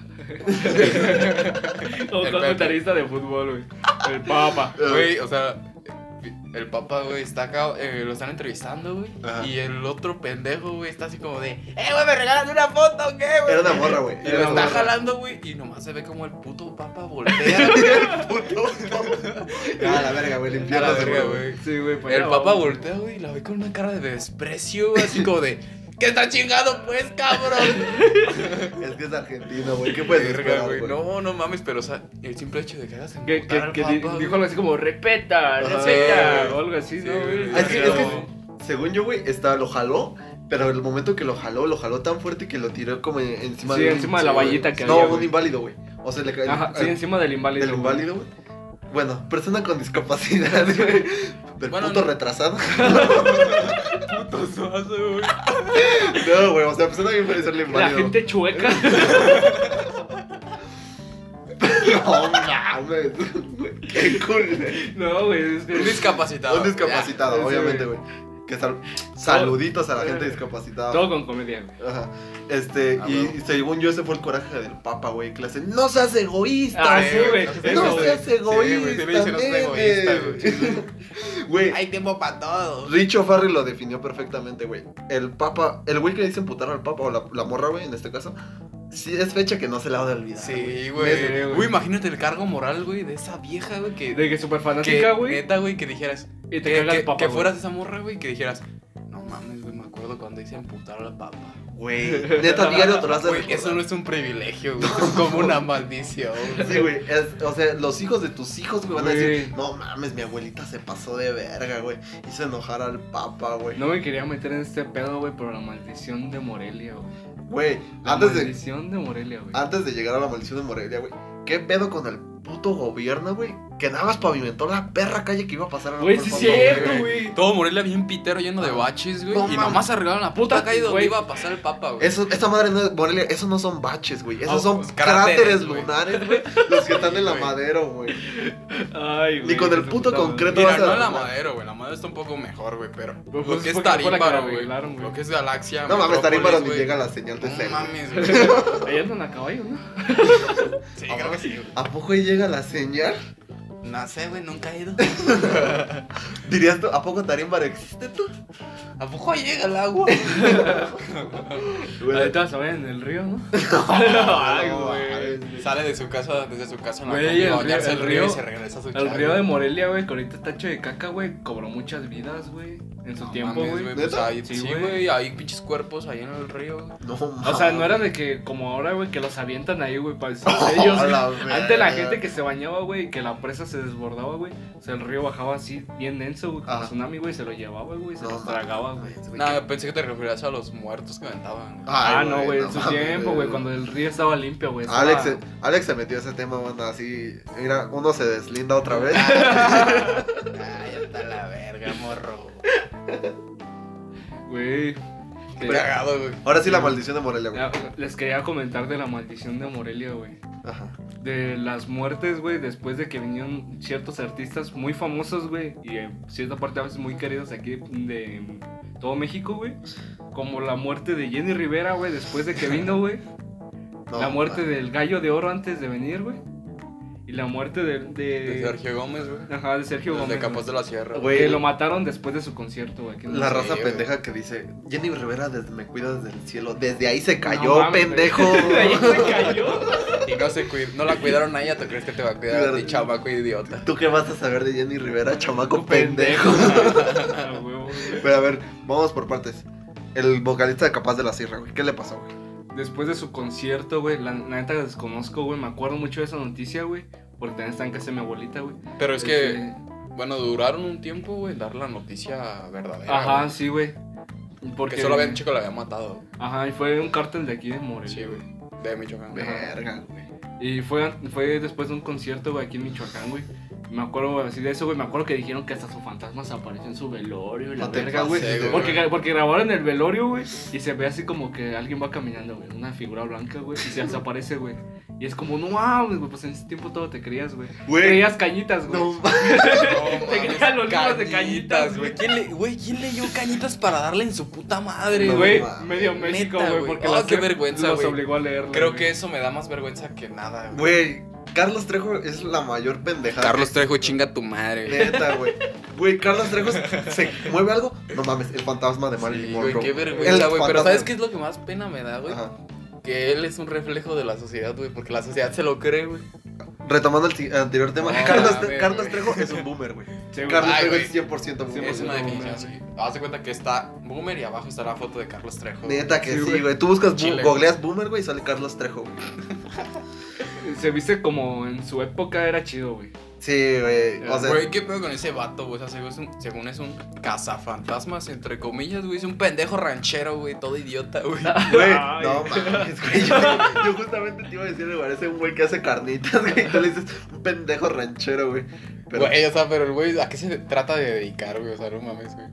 O
El
comentarista de fútbol, güey. El papa.
Eh,
güey, o sea, el Papa, güey, está acá, eh, lo están entrevistando, güey.
Ajá.
Y el otro pendejo, güey, está así como de, eh, güey, me regalas una foto, o ¿qué, güey?
Era una morra, güey.
Y
Era
lo
una
está
morra.
jalando, güey, y nomás se ve como el puto papa voltea. güey.
Puto papa. Ah, la verga, güey.
A la
Limpiando
verga, güey.
Sí, güey. para
El
allá
papa
vamos.
voltea, güey, y la ve con una cara de desprecio, güey, así como de, ¿Qué está chingado, pues, cabrón?
Es que es argentino, güey. ¿Qué puedes
Verga,
esperar,
güey.
güey?
No, no mames, pero o sea, el simple hecho de que hagas
Que, que,
emputar,
que di-
papá,
dijo algo así como, respeta,
Ajá.
respeta, o algo así,
Sí,
¿no? güey?
güey.
Ah, Es que, es que, según yo, güey, estaba, lo jaló, pero el momento que lo jaló, lo jaló tan fuerte que lo tiró como en- encima
Sí,
de un-
encima de la
sí, güey.
vallita que
No,
había.
un
güey.
inválido, güey. O sea, le cayó
Ajá, sí, encima del inválido.
del
güey.
inválido, güey. Bueno, persona con discapacidad, güey. Del
Bueno,
puto
no.
retrasado.
güey. Puto suazo, güey.
No, güey, o sea, persona que puede serle
La
inválido.
gente chueca.
No mames. güey, Qué cool, güey.
no, güey, es que...
Un discapacitado.
Un
ya,
discapacitado,
ese,
obviamente, güey. Que sal- Saluditos a la gente discapacitada.
Todo con comedia, güey.
Ajá. Este,
Ah,
y,
huevo.
y según yo, ese fue el coraje del Papa, güey. Que le hace, no seas egoísta,
Ah, sí, güey.
No
Eso, güey.
seas egoísta,
Sí, güey, sí le dicen, "No seas egoísta,
nene". güey.
ya. Hay tiempo para todo.
Richo Farrell lo definió perfectamente, güey. El Papa, el güey que le dice emputar al Papa, o la, la morra, güey, en este caso, sí es fecha que no se la va a olvidar.
Sí,
Sí,
güey.
güey.
Güey, imagínate el cargo moral, güey, de esa vieja, güey, que...
De que súper
que,
fanática, güey.
Neta, güey, que dijeras...
Y te
que,
caga
que-
el papá.
que
güey.
fueras esa morra, güey, que dijeras... No mames, güey, me acuerdo cuando hice emputar al papá.
Güey, neta, diario te lo has de
Güey, eso
recordar.
no es un privilegio, güey. Es como una maldición.
Sí, güey. es- O sea, los hijos de tus hijos, güey, van a decir,
Güey.
no mames, mi abuelita se pasó de verga, güey. Hizo enojar al Papa, güey.
No me quería meter en este pedo, güey, pero la maldición de Morelia, güey.
Güey,
La
antes de, Ah,
maldición de Morelia, güey.
antes de llegar a la maldición de Morelia, güey. ¿Qué pedo con el puto gobierno, güey? Que nada más pavimentó la perra calle que iba a pasar a la
Güey, sí es
Plaza
cierto,
Morelia,
güey.
Todo Morelia bien pitero, lleno de baches, güey.
Ah. No
y
mames.
nomás arreglaron la puta
Puta,
calle donde
güey.
iba a pasar el papa, güey.
Eso, esta madre no es Morelia, esos no son baches, güey. Esos
Ah,
son
pues,
cráteres,
cráteres, güey.
lunares, güey. Los que están en la
Sí, güey.
madera, güey.
Ay, güey.
Ni con el
su puta
puto
madre.
concreto
Mira,
vas a-
no la madera, güey. La madera está un poco mejor, güey, pero.
Pues,
lo
pues,
que es
porque fue la que
Tarímbaro,
la
güey.
arreglaron, güey.
Lo que es Galaxia.
No mames, Tarímbaro
Metrópolis,
ni
güey.
llega la señal de
No
cel.
mames, güey.
Ahí andan a caballo, ¿no?
Sí, creo que sí, güey.
Ah, ¿A poco ahí llega la señal?
No sé, güey, nunca he ido.
Dirías tú, ¿a poco Tarímbaro existe tú?
¿A poco llega el agua?
Güey,
Ahorita se vayan en el río, ¿no?
ay,
Ay,
güey.
Sale de su casa, desde su casa, no
Güey, el
a
río-
bañarse
el
el río y
río-
se regresa a su
El
chavo.
río de Morelia, güey, que ahorita está hecho de caca, güey, cobró muchas vidas, güey, en su
No
tiempo,
mames,
güey.
pues,
¿Neta?
ahí-
Sí,
Sí,
güey.
güey, hay pinches cuerpos ahí en el río, güey.
No
O sea, no era de que como ahora, güey, que los avientan ahí, güey, para ellos.
A la
Antes la
verga.
gente que se bañaba, güey, que la presa se desbordaba, güey. O sea, el río bajaba así, bien denso, güey,
Ajá.
con tsunami, güey, se lo llevaba, güey, se
Ah. No,
los tragaba, güey.
mames, güey.
No, yo pensé que te referías a los muertos que aventaban, güey.
Ay,
ah, no, güey, en su
mames,
tiempo, güey, cuando el río estaba limpio, güey.
Alex, eh.
estaba-
Alex se metió a ese tema, banda, así. Mira, uno se deslinda otra vez.
Ay, hasta la verga, morro.
Güey. que-
Cagado, güey.
Ahora sí, la maldición de Morelia, güey.
Ah, Les quería comentar de la maldición de Morelia, güey.
Ajá.
de las muertes, güey, después de que vinieron ciertos artistas muy famosos, güey, y en cierta parte a veces muy queridos aquí de todo México, güey. Como la muerte de Jenny Rivera, güey, después de que vino, güey.
No,
la muerte
ma-
del gallo de oro antes de venir, güey. Y la muerte de... de-
De Sergio Gómez, güey.
Ajá, de Sergio
El
Gómez.
De Capaz de la Sierra.
güey.
Güey.
Que lo mataron después de su concierto, güey. aquí en
La
Monterrey.
raza
Sí, güey.
pendeja que dice, Jenny Rivera desde- me cuida desde el cielo. Desde ahí se
No
cayó,
mames,
pendejo.
güey. Ahí se cayó.
Y no se cuid- no la cuidaron a ella, ¿tú crees que te va a cuidar a ti, chamaco idiota?
¿Tú qué vas a saber de Jenny Rivera, chamaco pendejo?
Ah, huevo, güey.
Pero a ver, vamos por partes. El vocalista de Capaz de la Sierra, güey. ¿Qué le pasó, güey?
Después de su concierto, güey, la la neta desconozco, güey. Me acuerdo mucho de esa noticia, güey. Porque también está en casa de mi abuelita, güey.
Pero es que,
Este,
bueno, duraron un tiempo, güey, en dar la noticia verdadera.
Ajá,
güey.
sí, güey. Porque.
Que solo habían dicho que la habían matado.
Ajá, y fue un cártel de aquí de
Sí,
Morelia,
güey.
güey.
De Michoacán.
Ve.
Verga, güey.
Y fue, fue después de un concierto, güey, aquí en Michoacán, güey. Me acuerdo güey, así de eso, güey. Me acuerdo que dijeron que hasta su fantasma se apareció en su velorio y la
No te
verga, güey.
pases,
güey.
Porque, porque grabaron el velorio, güey. Y se ve así como que alguien va caminando, güey. Una figura blanca, güey. Y se desaparece, güey. Y es como, no mames, güey. Pues en ese tiempo todo te creías, güey.
Güey.
Creías cañitas, güey.
No mames.
No,
Te
mames,
quedan los libros de cañitas,
güey. ¿Quién le- Güey, ¿quién leyó cañitas para darle en su puta madre,
No,
Güey,
mames.
medio México,
Neta,
güey.
güey.
Porque
Ah,
la
qué
SEP
vergüenza,
los
güey.
obligó a leerlo.
Creo
güey.
que eso me da más vergüenza que nada, güey.
Güey, Carlos Trejo es la mayor pendejada.
Carlos
que-
Trejo, chinga tu madre, güey.
Neta, güey. Güey, Carlos Trejo se se mueve algo. No mames, el fantasma de Marilyn
Sí,
Monroe.
güey, qué
El
vergüenza, güey. Pero
fantasma-
¿sabes qué es lo que más pena me da, güey?
Ajá.
Que él es un reflejo de la sociedad, güey, porque la sociedad se lo cree, güey.
retomando el ti- anterior tema,
No,
Carlos,
a ver,
Carlos
güey.
Trejo es un boomer, güey.
Sí, güey.
Carlos
Ah, Ay,
Trejo
güey.
es 100% boomer.
Es una
Boomer,
definición, sí. Haz de cuenta que está Boomer y abajo está la foto de Carlos Trejo.
Neta que
Sí,
sí,
güey.
güey. Tú buscas, bu-
Chile.
googleas boomer, güey, y sale Carlos Trejo, güey.
Se viste como en su época era chido, güey.
Sí, güey. O sea,
Güey, ¿qué pedo con ese vato, güey? O sea, según es un, según es un cazafantasmas, entre comillas, güey. Es un pendejo ranchero, güey. Todo idiota, güey.
güey.
Ay.
No mames, güey. Yo, yo justamente te iba a decir, me parece un güey que hace carnitas, güey. Y tú le dices, un pendejo ranchero, güey. Pero,
Güey, o sea, pero el güey, ¿a qué se trata de dedicar, güey? O sea, no mames, güey.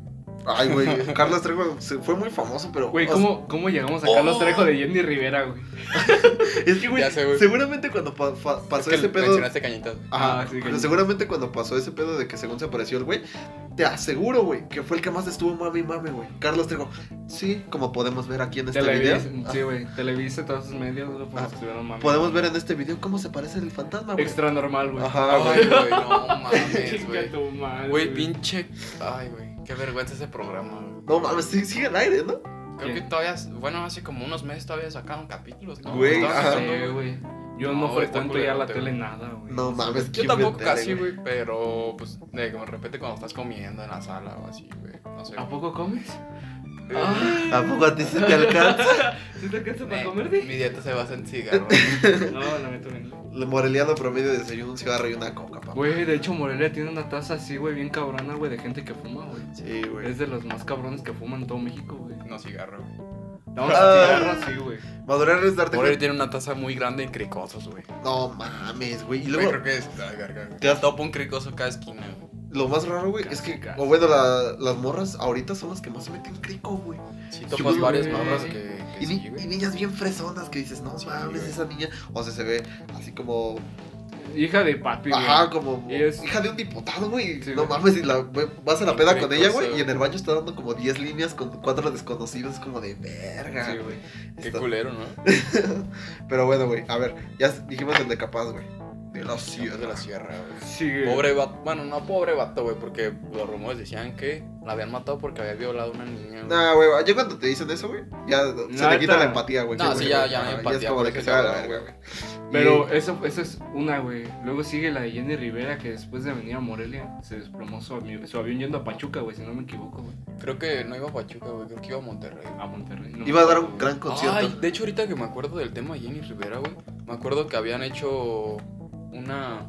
ay, güey. Carlos Trejo se- fue muy famoso, pero.
Güey,
o sea,
¿cómo, ¿cómo llegamos a
Oh.
Carlos Trejo de Jenny Rivera, güey?
Es que, güey,
Ya sé, güey.
seguramente cuando pa- fa- pasó
Es que
ese pedo.
Mencionaste cañitas.
Ajá,
Ah, sí,
pero
que-
seguramente cuando pasó ese pedo de que según se apareció el güey, te aseguro, güey, que fue el que más estuvo mami mame, güey. Carlos Trejo, sí, como podemos ver aquí en este video.
Televisa, sí, güey. Televisa, todos esos medios, güey, pues,
Ah.
estuvieron
ah,
mami.
podemos ver en este video cómo se parece el fantasma, güey.
Extra normal, güey.
Ajá, Ah, güey.
Ay, güey, no mames,
Chinga
güey.
tu madre,
Güey, pinche. Ay, güey. Qué vergüenza ese programa, güey.
No mames, sí, sigue al aire, ¿no?
Creo
¿Qué?
que todavía, bueno, hace como unos meses todavía sacaron capítulos, ¿no?
Güey,
Estaban
ajá.
sacando,
Sí,
güey.
güey. Yo
No,
no,
güey, está
frecuento ya la
culerote,
tele
güey.
nada, güey.
No mames,
Yo
qué
tampoco
inventario,
casi, güey, pero pues de como de repente cuando estás comiendo en la sala o así, güey. No sé.
¿A
güey.
poco comes?
Eh,
Ah.
¿A poco a ti se te alcanza?
¿Sí te alcanza para
eh, Mi
comerte?
dieta se basa en cigarro.
No, la neta, bien.
El moreliano promedio desayuno un cigarro y una coca, papá.
Güey, de hecho, Morelia tiene una taza así, güey, bien cabrona, güey, de gente que fuma, güey.
Sí, güey.
Es de los más cabrones que fuman en todo México, güey.
no cigarro. güey.
No,
Ah.
cigarro así, güey.
Madurar es darte
Morelia
cuenta.
tiene una taza muy grande en cricosos, güey.
No mames, güey. Y
Yo
luego,
creo que es. Ay, verga, güey.
Te has-
Topo un cricoso cada esquina, güey.
lo más raro, güey, es que,
Casi,
o bueno, la- las morras ahorita son las que más se meten crico, güey.
Sí,
Sí, güey.
topas varias morras que, que
Y, ni-
sí, güey.
y niñas bien fresonas que dices, no
Sí,
mames,
güey.
esa niña. O sea, se ve así como.
Hija de papi, güey.
Ajá, como
Y es-
hija de un diputado, güey.
Sí,
no
güey.
mames, y la, güey, vas a la peda con
Increíble
ella,
cosa,
güey, y en
güey.
el baño está dando como 10 líneas con cuatro desconocidos, como de verga.
Sí, güey.
Qué
Está-
culero, ¿no?
Pero bueno, güey, a ver, ya dijimos el de capaz, güey. De la
Hombres de
ciudad.
la sierra, güey.
Sí, güey.
Pobre vato. Bueno, no pobre vato, güey, porque los rumores decían que la habían matado porque había violado a una niña. güey.
Nah, güey, yo cuando te dicen eso, güey, ya se te
Neta.
quita la empatía, güey.
No, sí,
güey,
ya-
güey.
ya,
Ajá,
empatía,
es como de
güey,
que
que
se va a la
se
verga,
va.
güey.
Pero eso, esa es una, güey. Luego sigue la de Jenny Rivera, que después de venir a Morelia se desplomó su, avi- su avión yendo a Pachuca, güey, si no me equivoco, güey.
Creo que no iba a Pachuca, güey. Creo que iba a Monterrey. güey.
A Monterrey. no me
Iba a dar
acuerdo, güey.
un gran concierto.
eh, Ay, de hecho, ahorita que me acuerdo del tema de Jenny Rivera, güey, me acuerdo que habían hecho una.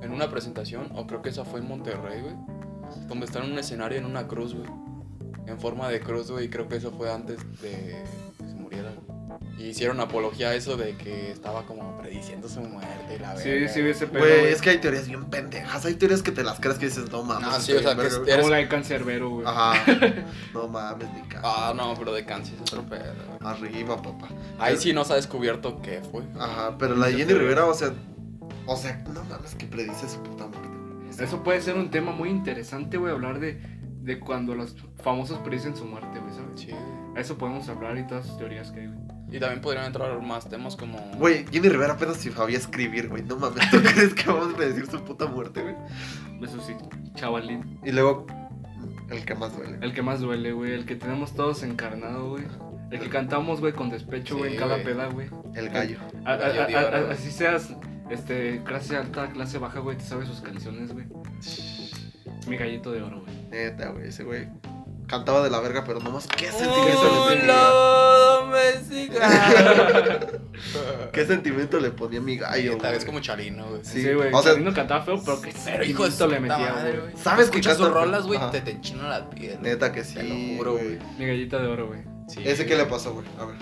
En una presentación, o creo que esa fue en Monterrey, güey, donde están en un escenario en una cruz, güey. En forma de cruz, güey, y creo que eso fue antes de que se muriera, güey. Y hicieron apología a eso de que estaba como prediciendo su muerte y la
Sí,
verga.
sí, vi ese pedo.
Güey,
güey.
es que hay teorías bien pendejas. Hay teorías que te las crees que dices, no mames.
Ah, sí,
estoy
o sea,
en
que
verga,
es-
güey".
Como la de Cancerbero, güey.
Ajá. No mames, ni cago.
Ah, no, pero de cáncer es otro pedo, güey.
Arriba, papá.
Ahí sí no se ha descubierto qué fue.
Ajá, pero la de Jenny Rivera, o sea. O sea, no mames que predice su puta muerte, güey.
Eso puede ser un tema muy interesante, güey, hablar de, de cuando los famosos predicen su muerte, güey, ¿sabes?
Sí, güey.
A Eso podemos hablar y todas sus teorías que hay, güey.
Y también podrían entrar más temas como.
Güey, Jenny Rivera apenas si sabía escribir, güey. No mames, ¿tú crees que vamos a predecir su puta muerte, güey?
Eso sí, chavalín.
Y luego, el que más duele.
El que más duele, güey. El que tenemos todos encarnado, güey. El que cantamos, güey, con despecho, güey,
Sí,
en cada
güey.
peda, güey.
El gallo.
A- a-
Gallo de
a-
oro,
a-
güey.
Así seas, este, clase alta, clase baja, güey, te sabes sus canciones, güey. Mi gallito de oro, güey.
Neta, güey, ese güey. Cantaba de la verga, pero nomás,
Oh,
¿qué sentimiento le tenía?
Hola, Mexicano.
¿Qué sentimiento le ponía a mi gallo?
Tal vez
güey?
como Chalino, güey.
Sí.
Sí, güey.
o sea-
Sabino cantaba feo, pero qué
Pero hijo de
sentimiento
su
le
puta
metía,
madre,
güey.
güey.
¿Sabes que
Escuchas sus
canta-
rolas, güey,
Ajá.
te te enchinan la piel.
Neta que sí.
Te lo juro, güey.
Mi gallito de oro, güey.
Sí,
¿Ese qué le pasó, güey? A ver.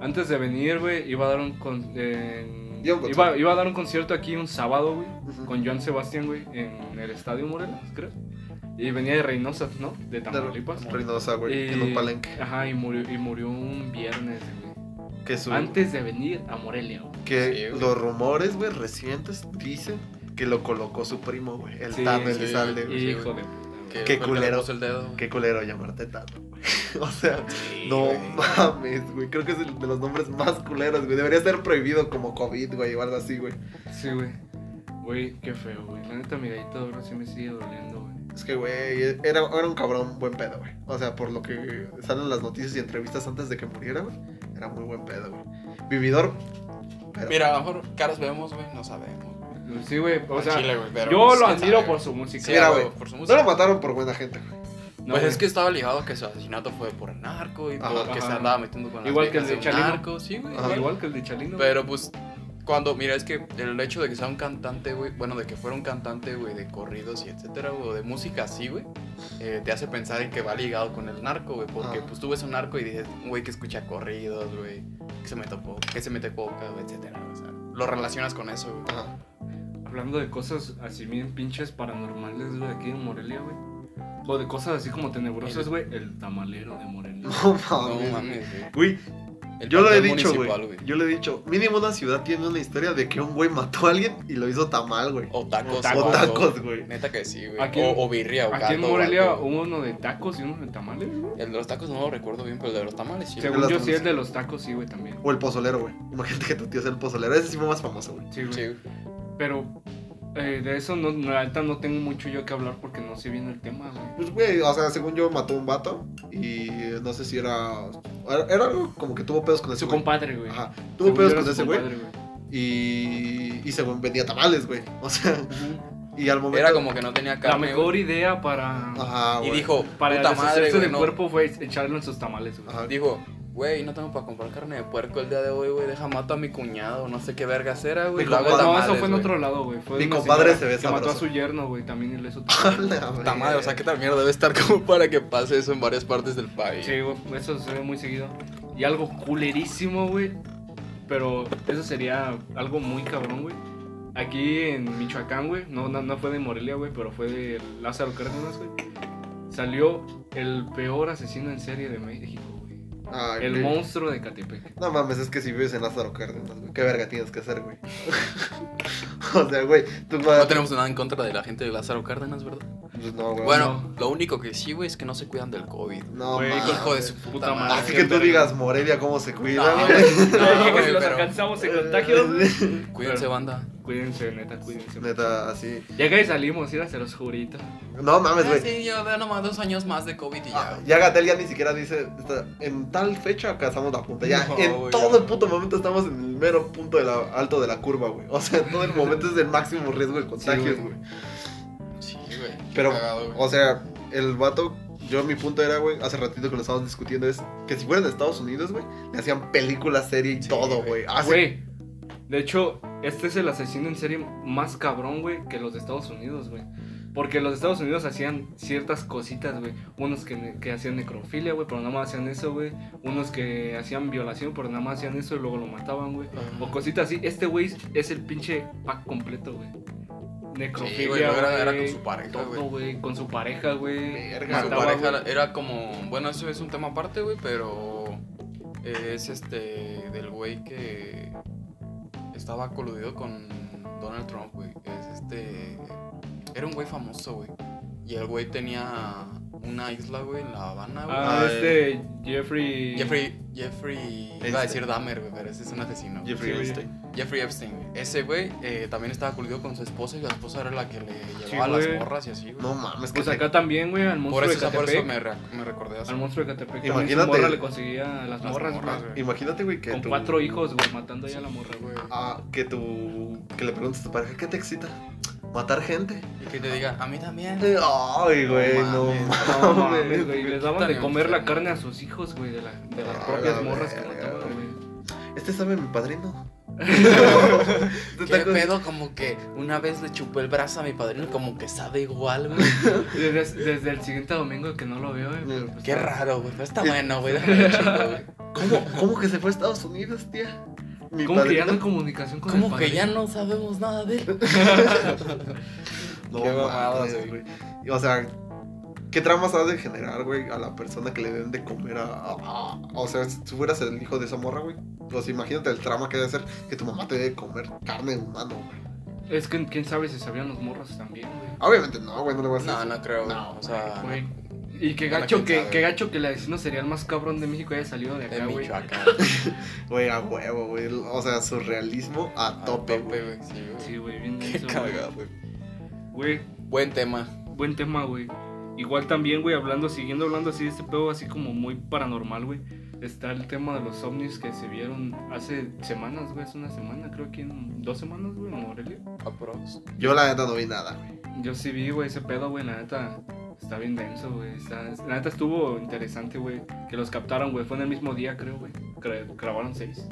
Antes de venir, güey, iba a dar un con- en-
Iba a un concierto.
iba, iba a dar un concierto aquí un sábado, güey,
Ujú.
con Joan Sebastián, güey, en el Estadio Morelos, creo. Y venía de Reynosa, ¿no? Eh, De Tamaulipas.
Reynosa, güey.
Y-
En un palenque.
Ajá, y murió, y murió un viernes, güey.
Que su-
Antes de venir a Morelia, güey.
Que
Sí, güey.
los rumores, güey, recientes dicen que lo colocó su primo, güey. El
Sí,
Tano
sí,
Elizalde, güey.
sí,
Hijo de puta, güey.
Que
Qué
fue el que le
culero.
puso el dedo, güey.
Qué culero llamarte Tano, güey. O sea,
Sí,
no
güey.
mames, güey. Creo que es el de los nombres más culeros, güey. Debería ser prohibido como COVID, güey, o algo así, güey.
Sí, güey. Güey, qué feo, güey. La neta, mi gallito de oro sí me sigue doliendo, güey.
Es que, güey, era, era un cabrón buen pedo, güey. O sea, por lo que salen las noticias y entrevistas antes de que muriera, güey. Era muy buen pedo, güey. Vividor, pero-
Mira, a lo mejor caras vemos, güey, no sabemos. güey.
Sí, güey. O
Al
sea,
chile, güey, pero
yo
pues,
lo
quién
admiro
sabe,
por
güey.
su música.
Sí,
Mira,
güey,
güey,
por su
No
música.
lo mataron por buena gente, güey.
No,
pues
güey.
es que estaba ligado a que su asesinato fue por narco y
Ajá,
porque se
ajá.
andaba metiendo con las
Igual que el
viejas
de
un
Chalino.
narco, sí, güey.
Ajá.
igual.
Igual que el de Chalino. güey.
Pero pues cuando, mira, es que el hecho de que sea un cantante, güey, bueno, de que fuera un cantante, güey, de corridos y etcétera, güey, o de música así, güey, eh, te hace pensar en que va ligado con el narco, güey, porque
Ajá.
pues tú ves un narco y dices, un güey que escucha corridos, güey, que se mete poca, que se mete coca, güey, etcétera, o sea, lo relacionas con eso, güey.
Ajá.
Hablando de cosas así bien pinches paranormales, güey, aquí en Morelia, güey. O de cosas así como tenebrosas, güey. El tamalero de Morelia.
No
No
mames.
mames, güey.
Güey,
El
Ah, yo lo he
panteón
dicho, güey.
municipal, güey.
Yo le he dicho, mínimo una ciudad tiene una historia de que un güey mató a alguien y lo hizo tamal, güey.
O tacos,
O
O
tacos.
tacos, güey.
Neta que sí, güey.
Aquí en-
O, o birria, o
Aquí en
gato, o
Morelia
algo, güey.
hubo uno de tacos y uno de tamales, güey.
El de los tacos no lo recuerdo bien, pero el de los tamales sí.
Según
los
yo,
tamales.
sí, el de los tacos, sí, güey, también.
O el pozolero, güey. Imagínate que tu tío es el pozolero. Ese sí fue más famoso, güey.
Sí, güey.
Sí, güey.
Pero eh, de eso, no, no, la neta, no tengo mucho yo que hablar porque no sé bien el tema, güey.
Pues, güey, o sea, según yo mató a un vato y eh, no sé si era. era- Era algo como que tuvo pedos
Pues,
con ese
Su
güey.
compadre, güey.
Ajá.
Según
Tuvo
yo
pedos
era
con
su
ese güey
compadre, güey.
y. Y según vendía tamales, güey. O sea,
Ujú.
y al momento.
Era como que no tenía
La
carne.
mejor
güey.
idea para.
Ajá,
y
Ah, güey.
dijo,
Para
puta madre,
deshacerse
güey,
del
no.
cuerpo fue echarlo en sus tamales, güey.
Ajá.
Dijo, güey, no tengo para comprar carne de puerco el día de hoy, güey. Deja mato a mi cuñado, no sé qué vergas era, güey.
Mi
Lo hago
compadre-
tamales,
no, eso fue en
güey.
otro lado, güey. Fue
Mi
una
compadre
señora
se ve
Que mató a
sabroso.
su yerno, güey. También y le hizo tamales.
Hola,
Puta madre, o sea, que tal mierda debe estar como para que pase eso en varias partes del país.
Sí, güey, eso se ve muy seguido. Y algo culerísimo, güey. Pero eso sería algo muy cabrón, güey. Aquí en Michoacán, güey. No, no, no fue de Morelia, güey, pero fue de Lázaro Cárdenas, güey. Salió el peor asesino en serie de México, güey.
Ay,
El
güey.
monstruo de Catepec.
No mames, es que si vives en Lázaro Cárdenas, güey, qué verga tienes que hacer, güey. o sea, güey, tú
No tenemos nada en contra de la gente de Lázaro Cárdenas, ¿verdad?
Pues no, güey.
Bueno, lo único que sí, güey, es que no se cuidan del COVID. Ah,
no,
güey,
mames.
Hijo de su puta
Puta madre.
madre.
Así que tú digas Morelia cómo se cuida,
No,
güey.
güey,
No, güey, si los
pero-
alcanzamos en contagios, güey.
Cuídense,
Pero-
banda.
Cuídense, neta, cuídense.
Neta, así.
Ya que salimos, ir a hacer los juritos.
No mames,
Ah,
pues, güey.
sí, yo veo nomás dos años más de COVID y ya.
Ah, Ya Gatel ya ni siquiera dice, está- en tal fecha cazamos la punta. Ya,
No,
en
güey,
todo
ya.
el puto momento estamos en el mero punto de la- alto de la curva, güey. O sea, en todo el momento es el máximo riesgo de contagios,
güey.
güey.
Sí, güey. qué
Pero,
cagado, güey.
o sea, el vato, yo mi punto era, güey, hace ratito que lo estábamos discutiendo, es que si fueran de Estados Unidos, güey, le hacían películas, serie y
Ah, Sí,
todo,
güey.
güey. Hace-
Güey, de hecho, este es el asesino en serie más cabrón, güey, que los de Estados Unidos, güey. Porque los de Estados Unidos hacían ciertas cositas, güey. Unos que, ne- que hacían necrofilia, güey, pero nada más hacían eso, güey. Unos que hacían violación, pero nada más hacían eso y luego lo mataban, güey. O cositas así. Este güey es el pinche pack completo, güey. Necrofilia,
Sí, güey, luego era, era con
güey,
su pareja,
todo,
güey.
güey, con su pareja, güey.
Verga,
Su
Mataba,
pareja
güey.
era como. Bueno, eso es un tema aparte, güey, pero. Es este. Del güey que. Estaba coludido con Donald Trump, güey. Es este. Era un güey famoso, güey. Y el güey tenía una isla, güey, en La Habana, güey.
Ah,
Ah,
este Jeffrey.
Jeffrey. Jeffrey. Iba a
Epstein.
decir Dahmer, güey, pero ese es un asesino. güey.
Jeffrey
Sí, güey.
Epstein.
Jeffrey Epstein, güey. Ese güey eh, también estaba coludido con su esposa y la esposa era la que le
Sí,
llevaba las
güey.
morras y así, güey.
No mames,
Pues
que
acá también, güey, al
por
monstruo de
eso, por eso
Catepec.
me, re- me recordé así.
Al monstruo de Catepec. Imagínate.
Imagínate.
morra le conseguía a las,
Las
morras,
morras,
güey.
güey.
te- Imagínate, güey, que
Con
tu-
cuatro hijos, güey, matando ya a la morra, güey.
Ah, que tu... Que le preguntes a tu pareja, ¿qué te excita? ¿Matar gente?
Y que te diga, a mí también.
Ay, güey, no
mames,
No
mames.
mames, güey. Les daban de
Tan
comer la
enfermo.
carne a sus hijos, güey, de, la, de las
Ah,
propias
la
morras que
verga,
mataban,
güey.
güey.
Este sabe mi padrino.
¿Qué
¿Qué
pedo? Como que una vez le chupé el brazo a mi padrino, como que sabe igual, güey.
Desde, desde el siguiente domingo que no lo veo, güey. pero pues,
Qué raro, güey. Pero está bueno, güey. déjame chingo, güey.
¿Cómo, ¿Cómo que se fue a Estados Unidos, tía? Mi
Como que ya no hay
padrino.
comunicación con el
Como que
padrino.
ya no sabemos nada de él.
No
Qué mamadas,
mames, güey. Y, O sea, ¿qué tramas ha de generar, güey, a la persona que le den de comer a, a- a- O sea, si tú fueras el hijo de esa morra, güey. O sea, imagínate el trama que debe ser que tu mamá te debe comer carne de humano, güey.
Es que quién sabe si sabían los morros también, güey.
Obviamente no, güey, no le voy a hacer.
No, no creo. güey.
No,
o sea,
Güey. Y qué
Bueno,
gacho,
quién
que,
sabe.
qué gacho que el asesino sería el más cabrón de México haya salido de
de
acá, güey.
Michoacán.
Güey, a huevo, güey. O sea, su realismo a
A
tope, güey.
güey. Sí, güey.
Sí, güey, bien
Qué
denso, güey.
cagado, güey.
Güey,
Buen tema.
Buen tema, güey. Igual también, güey, hablando, siguiendo hablando así de este pedo, así como muy paranormal, güey. está el tema de los ovnis que se vieron hace semanas, güey, hace una semana, creo que en dos semanas, güey, en Morelia.
Aprox.
Yo la neta no vi nada, güey.
Yo sí vi, güey, ese pedo, güey, la neta. Está bien denso, güey. está- La neta estuvo interesante, güey. Que los captaron, güey. Fue en el mismo día, creo, güey. Cre- grabaron seis.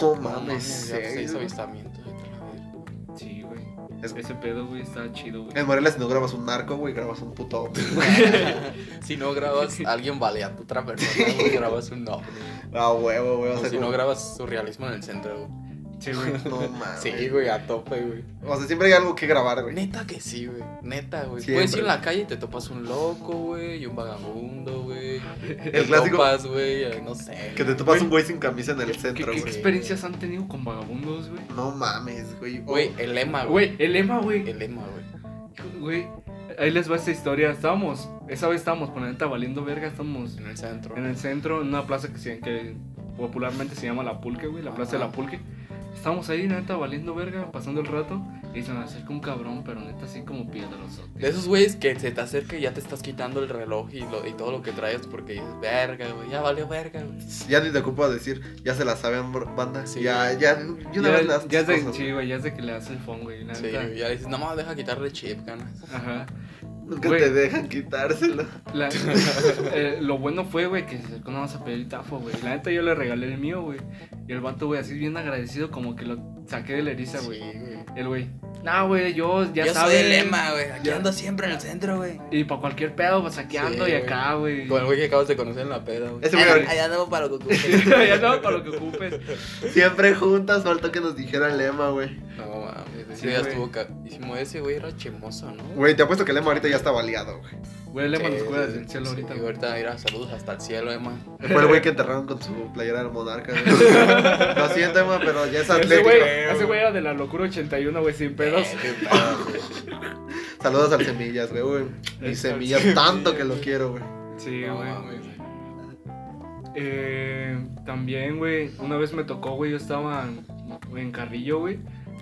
No
No
mames,
mames, ya pues, seis
seis, güey.
avistamientos. vete a la verga.
Sí, güey.
Es-
Ese pedo, güey, está chido, güey.
En Morelia si no grabas un narco, güey, grabas un puto ovni.
Si no grabas, alguien vale a otra persona. güey, grabas un no.
Ah, huevo, güey. O
O
sea,
si no
como-
grabas surrealismo en el centro. güey.
Sí, güey.
No mames.
Sí, güey, a tope, güey.
O sea, siempre hay algo que grabar, güey.
Neta que sí, güey. Neta, güey.
Siempre.
Puedes ir en la calle y te topas un loco, güey, y un vagabundo, güey. Te
clásico-
topas, güey, eh, no sé.
Que te
güey.
topas un güey sin camisa en el
¿Qué,
centro,
qué
güey.
experiencias han tenido con vagabundos, güey?
No mames, güey. O-
Güey, el lema, güey.
Güey, el lema, güey.
El lema, güey.
Güey, ahí les va esta historia. Estábamos, esa vez estábamos con la neta valiendo verga. Estábamos
En el centro.
en el centro, en una plaza que, se- que popularmente se llama La Pulque, güey, la plaza de La
Ajá.
Pulque. Estábamos ahí, neta, valiendo verga, pasando el rato, y se me acerca un cabrón, pero neta, así como piedrosote.
De esos güeyes que se te acerca y ya te estás quitando el reloj y, lo- y todo lo que traes porque dices, verga, güey, ya valió verga, güey.
Ya ni te ocupas decir, ya se la saben, bro- banda.
Sí.
Ya, ya, yo una
ya,
vez las
ya es de,
cosas,
sí, güey, ya es de que le das el phone, güey, la
Sí,
neta.
güey, ya dices, no más deja quitarle chip, ganas.
Ajá.
Nunca
Güey.
te dejan quitárselo.
La- eh, lo bueno fue, güey, que se acercó nada más a pedir el tafo, güey. La neta, yo le regalé el mío, güey. Y el vato, güey, así bien agradecido, como que lo saqué de la eriza, güey. El güey, nah, güey, yo ya
Yo soy
sabes.
el lema, güey. Aquí
Ya.
ando siempre en el centro, güey.
Y para cualquier pedo, pues aquí
Sí,
ando y
güey.
acá, güey.
Con el güey que acabas de conocer en la peda, güey.
Ese
Ah,
güey ahorita-
Allá andamos para lo que
ya no, para lo que ocupes.
Siempre juntas, falta que nos dijera el lema, güey.
No mames, ese
Sí,
ya
güey.
estuvo ca... Y si mueve ese güey era chemoso, ¿no?
Güey, te apuesto que el lema ahorita ya está baleado, güey.
Güey, le
Sí,
mando escuelas
sí,
del cielo
sí,
ahorita.
güey,
güey.
ahorita mira, saludos hasta el cielo, Emma.
Fue el güey que enterraron con su playera del monarca, güey. Lo siento, Emma, pero ya es
Ese
atlético.
güey, ese güey era de la locura 81, güey, sin pedos.
Eh, qué pedo, güey.
Saludos al Semillas, güey, güey. Y
Es al
Semillas, tanto que lo quiero, güey.
Sí,
No
güey.
mames, güey.
Eh, también, güey, una vez me tocó, güey, yo estaba en- en Carrillo, güey.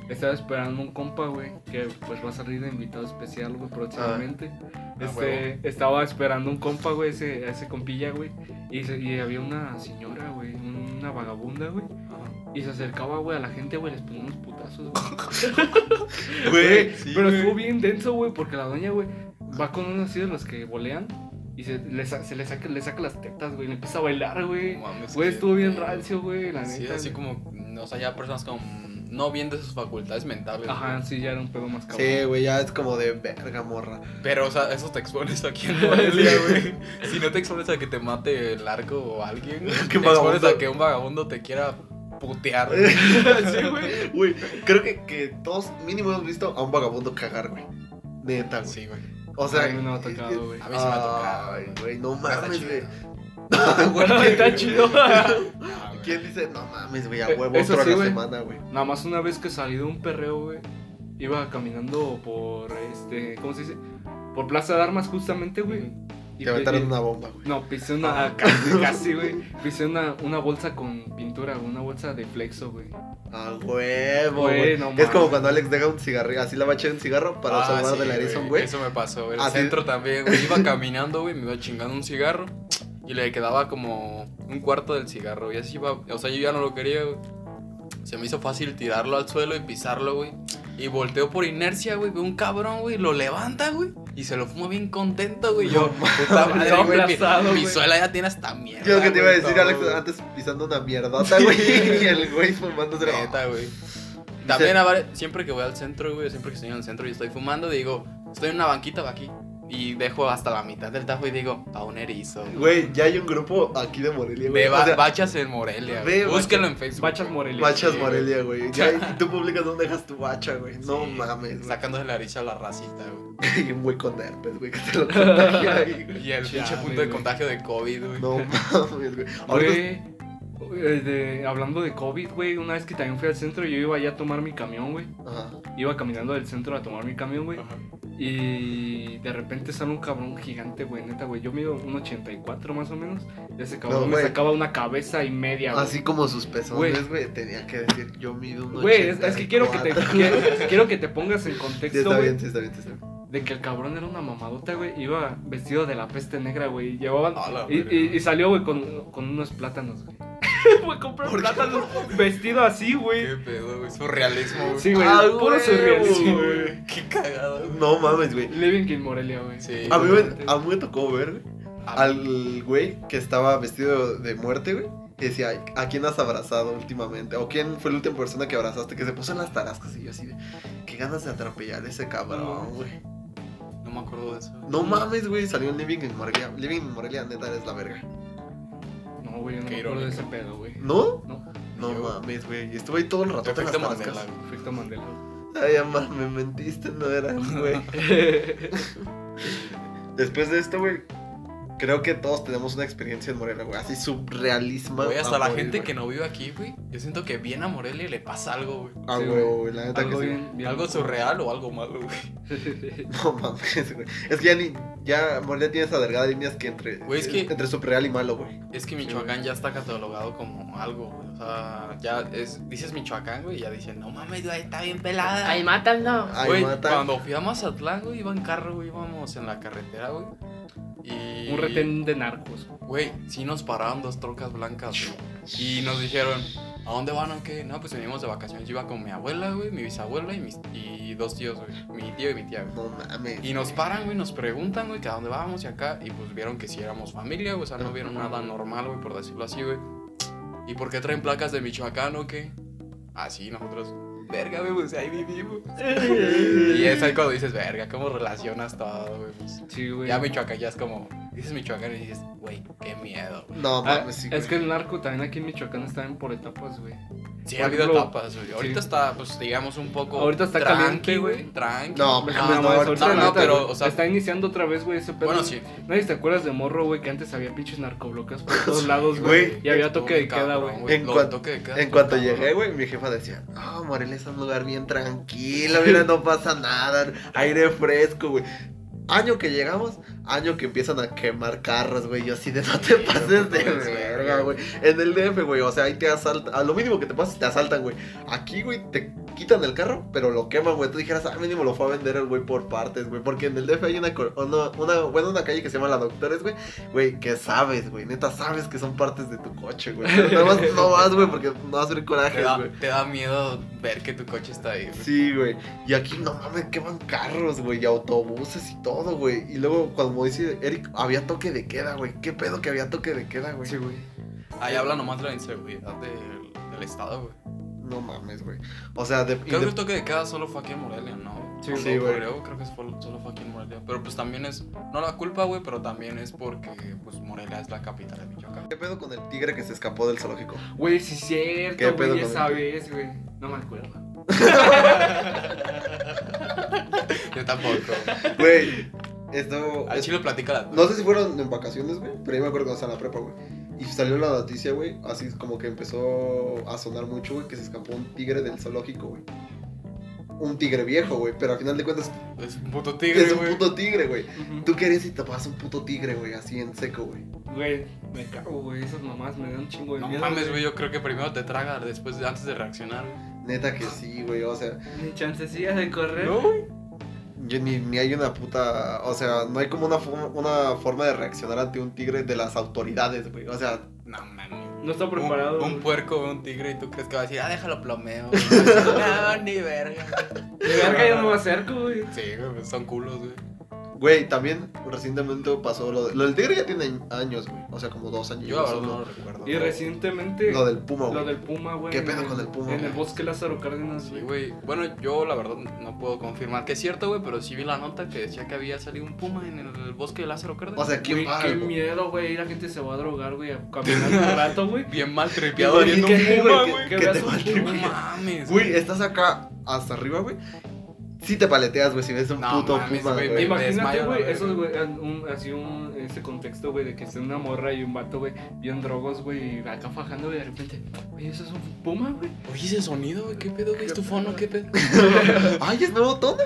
Estaba esperando un compa, güey, que pues va a salir de invitado especial, güey, próximamente.
Ah,
este, estaba esperando un compa, güey, ese, a ese compilla, güey. Y, se- y había una señora, güey, una vagabunda, güey. Y se acercaba, güey, a la gente, güey, les ponía unos putazos, güey. Güey, pero estuvo bien denso, güey, porque la doña, güey, va con uno así de los que volean y se le, sa- se le, saca, le saca las tetas, güey, y le empieza a bailar, güey.
No mames,
Güey,
qué
estuvo bien
pedo.
rancio, güey, la
Sí,
neta.
así como, no, o sea, ya personas como no bien de sus facultades mentales.
Ajá,
güey.
sí, ya era un pedo más cabrón.
Sí, güey, ya es como de verga, morra.
Pero, o sea, eso te expones aquí en Morelia, güey. Si no te expones a que te mate el arco o alguien, güey,
Que
te
un
expones
vagabundo-
a que un vagabundo te quiera putear. güey.
Sí, güey.
Güey, creo que, que todos mínimo hemos visto a un vagabundo cagar, güey. Neta, güey.
Sí, güey.
O sea, eh,
A mí no me ha tocado, güey.
A mí sí me ha tocado,
Ay,
güey.
güey, no
Está
mames,
chido.
güey.
Güey, está chido.
Ah, güey.
¿Quién dice, no mames, güey, a
Eh,
huevo
eso
otro a
sí,
la
güey.
semana, güey?
Nada más una vez que salí de un perreo, güey, iba caminando por, este, ¿cómo se dice? Por Plaza de Armas, justamente, güey. Y
Te
pe-
aventaron
y-
una Ah. bomba, güey.
No, pisé una. Casi, casi, güey. Pisé una, una bolsa con pintura, güey, una bolsa de flexo, güey.
A huevo,
Güey,
güey.
no
es como
mames.
cuando Alex deja un cigarrillo, así la va a echar un cigarro para
Ah,
salvar
sí,
de la Edison, güey.
Eso me pasó, güey. El
Ah, sí.
centro también, güey. Iba caminando, güey, me iba chingando un cigarro y le quedaba como un cuarto del cigarro. Y así iba, o sea, yo ya no lo quería, güey. Se me hizo fácil tirarlo al suelo y pisarlo, güey. Y volteo por inercia, güey. Veo un cabrón, güey. Lo levanta, güey. Y se lo fuma bien contento, güey. Yo, puta madre,
Todo
güey, mi-
aplastado,
Mi,
güey.
suela ya tiene hasta mierda.
Yo lo que te iba a
güey,
decir,
todo,
Alex,
güey.
antes pisando una mierdota, güey, y el güey fumándose la
Neta, güey. También a var- siempre que voy al centro, güey, siempre que estoy en el centro y estoy fumando, digo, estoy en una banquita va aquí. Y dejo hasta la mitad del tajo y digo, a un erizo.
Güey, ya hay un grupo aquí de Morelia, güey.
De ba-
O sea,
Bachas en Morelia.
ve
güey.
Bachas-
Búsquenlo en Facebook.
Bachas
güey.
Morelia.
Bachas
Sí,
Morelia, güey. Ya, y tú publicas dónde dejas tu bacha, güey. No
Sí,
mames, güey.
Sacándose la eriza a la racita, güey.
Y un güey con herpes, güey, que te lo contagia ahí, güey.
Y el
Chale,
pinche punto de
güey.
contagio de COVID, güey.
No mames, güey. Ahorita
Güey, eh, de- hablando de COVID, güey, una vez que también fui al centro, yo iba ya a tomar mi camión, güey.
Ajá.
Iba caminando del centro a tomar mi camión, güey.
Ajá.
Y de repente sale un cabrón gigante, güey, neta, güey. Yo mido un 84 más o menos. Y ese cabrón me
güey.
sacaba una cabeza y media, güey.
Así como sus pezones, güey, tenía que decir, yo mido un
Güey, es, es que quiero que te
84.
quiero, quiero que te pongas en
Sí,
contexto,
está
güey.
bien, sí, está bien, sí, está bien.
de que el cabrón era una mamadota, güey. Iba vestido de la peste negra, güey. y Llevaban.
A la
Y,
verga.
y- y salió, güey, con, con unos plátanos, güey. Fue a comprar
¿Por qué?
plátanos vestido así, güey.
Qué pedo, güey. Surrealismo, güey.
Sí, güey.
Ah,
puro
güey,
surrealismo,
güey.
güey.
Qué cagado, güey.
No mames, güey.
Living in Morelia, güey.
Sí.
A mí, me, a mí me tocó ver, güey,
Ah,
al güey que estaba vestido de muerte, güey. Que decía, "Ay, ¿a quién has abrazado últimamente? ¿O quién fue la última persona que abrazaste? Que se puso en las tarascas y yo así de, qué ganas de atropellar a ese cabrón, güey.
No me acuerdo de eso. güey.
No mames, güey, salió en Living en Morelia. Living en Morelia, neta, eres la verga.
No, güey, yo no
Qué
me acuerdo de ese
irónico.
pedo, güey.
¿No?
No,
No
Yo-
mames, güey. Y Estuve ahí todo el rato en las
Efecto Mandela,
tarascas.
güey.
efecto Mandela. güey.
Ay, amá, me mentiste, no era, güey. Después de esto, güey, creo que todos tenemos una experiencia en Morelia, güey. Así surrealismo.
Güey, hasta
a
la
morir,
gente
güey.
que no vive aquí, güey. Yo siento que viene a Morelia y le pasa algo, güey.
Ah,
Sí,
güey,
güey.
güey, la neta que
Algo
sí.
bien, bien.
Algo surreal o algo malo, güey.
No mames, güey. Es que ya ni. Ya Morelia tiene esa delgada línea que entre.
Güey, es que-
Entre surreal y malo, güey.
Es que Michoacán ya está catalogado como algo, güey. O sea, ya es, dices Michoacán, güey, y ya dicen, no mames, güey, está bien pelada.
Ahí mátanlo.
Ay,
Güey,
mata.
cuando fui a Mazatlán, güey, iba en carro, güey, íbamos en la carretera, güey. Y...
Un retén de narcos.
Güey, sí nos pararon dos trocas blancas, güey. Y nos dijeron, ¿a dónde van o qué? No, pues venimos de vacaciones. Yo iba con mi abuela, güey, mi bisabuela y, mis, y dos tíos, güey. Mi tío y mi tía, güey.
No mames.
Y nos paran, güey, nos preguntan, güey, que a dónde vamos y acá. Y pues vieron que si éramos familia, güey. O sea, no vieron nada normal, güey, por decirlo así, güey. ¿Y por qué traen placas de Michoacán o qué? Así nosotros. Verga, güey, pues ahí vivimos. Y es ahí cuando dices, verga, ¿cómo relacionas todo, güey? Pues,
Sí, güey.
ya Michoacán ya es como. Dices Michoacán y dices, güey, qué miedo, güey.
No
Ah,
mames, pues, sí,
es
güey.
que el narco también aquí en Michoacán está bien por etapas, güey.
Sí,
Por
ha habido
ejemplo,
etapas, güey. Ahorita está, pues, digamos, un poco.
Ahorita está
tranqui,
caliente, güey.
Tranqui.
No,
No, mames,
mames,
no,
ahorita
no,
la
no,
neta,
pero,
güey,
o sea-
está iniciando otra vez, güey, ese pedo.
Bueno, sí.
Nadie te acuerdas de morro, güey, que antes había pinches narcobloques por todos lados,
Güey.
güey. Y había toque de queda,
Cabrón,
güey.
En
Lo
cuan-
toque de queda
En
está
cuanto
cabrón.
llegué, güey, mi jefa decía, no, Morelia es un lugar bien tranquilo, mira, no pasa nada, aire fresco, güey. Año que llegamos, año que empiezan a quemar carros, güey. Yo así de no te
Sí,
pases
no
de
puedes,
verga, güey. En el DF, güey, o sea, ahí te asaltan. A lo mínimo que te pasa, te asaltan, güey. Aquí, güey, te quitan el carro, pero lo queman, güey. Tú dijeras, ah, mínimo lo fue a vender el güey por partes, güey. Porque en el DF hay una, cor- una, una, bueno, una calle que se llama La Doctores, güey. Güey, que sabes, güey. Neta, sabes que son partes de tu coche, güey. Pero Nada más no vas, güey, porque no vas a ver
Te
corajes,
da,
güey.
te da miedo ver que tu coche está ahí, güey.
Sí, güey. Y aquí no mames, queman carros, güey, y autobuses y todo, güey. Y luego, cuando dice Eric, había toque de queda, güey. ¿Qué pedo que había toque de queda, güey?
Sí, güey.
Ahí habla nomás de la inseguridad del, del estado, güey.
No mames, güey. O sea, de. y
Creo que
de-
el toque de queda solo fue aquí en Morelia, ¿no?
Sí,
No,
sí, güey.
Creo, creo que fue- solo fue aquí en Morelia. Pero pues también es, no la culpa, güey, pero también es porque pues Morelia es la capital de Michoacán.
¿Qué pedo con el tigre que se escapó del zoológico?
Güey, sí es
¿Qué
cierto,
pedo
güey,
con
esa
el-
vez, güey. No me acuerdo.
Yo tampoco.
Güey, esto.
Al
es-
chile platica la...
No sé si fueron en vacaciones, güey, pero yo me acuerdo que estaba en la prepa, güey. Y salió la noticia, güey, así como que empezó a sonar mucho, güey, que se escapó un tigre del zoológico, güey. Un tigre viejo, güey, pero al final de cuentas
Es un puto tigre,
es un
güey.
puto tigre, güey.
Ujú.
¿Tú qué harías si tapas un puto tigre, güey, así en seco, güey?
Güey, me cago, güey. Esas mamás me dan un chingo de
No
miedo.
mames, güey, yo creo que primero te traga después, de- antes de reaccionar, güey.
Neta que sí, güey, o sea,
Ni chancecillas de correr.
yo ni, ni hay una puta, o sea, no hay como una, forma- una forma de reaccionar ante un tigre de las autoridades, güey. O sea,
No mames.
No está
Un-
preparado.
Un,
güey.
puerco ve un tigre y tú crees que va a decir, ah, déjalo plomeo. güey". no, ni verga.
De verga, yo no me acerco, güey.
Sí, güey, son culos, güey.
güey, también recientemente pasó lo, de, lo del tigre ya tiene años, güey. O sea, como dos años.
Yo la verdad
uno.
no lo recuerdo.
Y recientemente.
Lo del puma,
lo
güey.
del Puma, güey.
¿Qué pedo
en
con el Puma,
En el
güey?
bosque Lázaro Cárdenas,
Sí,
güey.
güey. Bueno, yo la verdad no puedo confirmar que es cierto, güey, pero sí vi la nota que decía que había salido un puma en el bosque de Lázaro Cárdenas.
O sea, ¿quién
Güey,
va?
qué
güey?
miedo, güey. La gente se va a drogar, güey, a caminar un rato, güey.
bien mal
Qué
tripeado
bonito,
viendo un
güey,
puma,
que-
güey.
que
que
veas
te
un
vale,
qué-
No
güey.
mames,
Güey, estás acá hasta arriba, güey. Sí te paleteas, güey, si ves un
No
puto
mames,
puma,
güey,
güey.
me
Imagínate,
desmayo,
güey,
la
eso,
verga.
güey, an- un- así un, ese contexto, güey, de que esté una morra y un vato, güey, bien drogos, güey, y acá fajando, güey, de repente, güey, eso es un puma, güey.
Oye, ese sonido, güey, ¿qué pedo, güey? ¿Es tu fono? ¿Qué pedo?
Ay, es nuevo tono.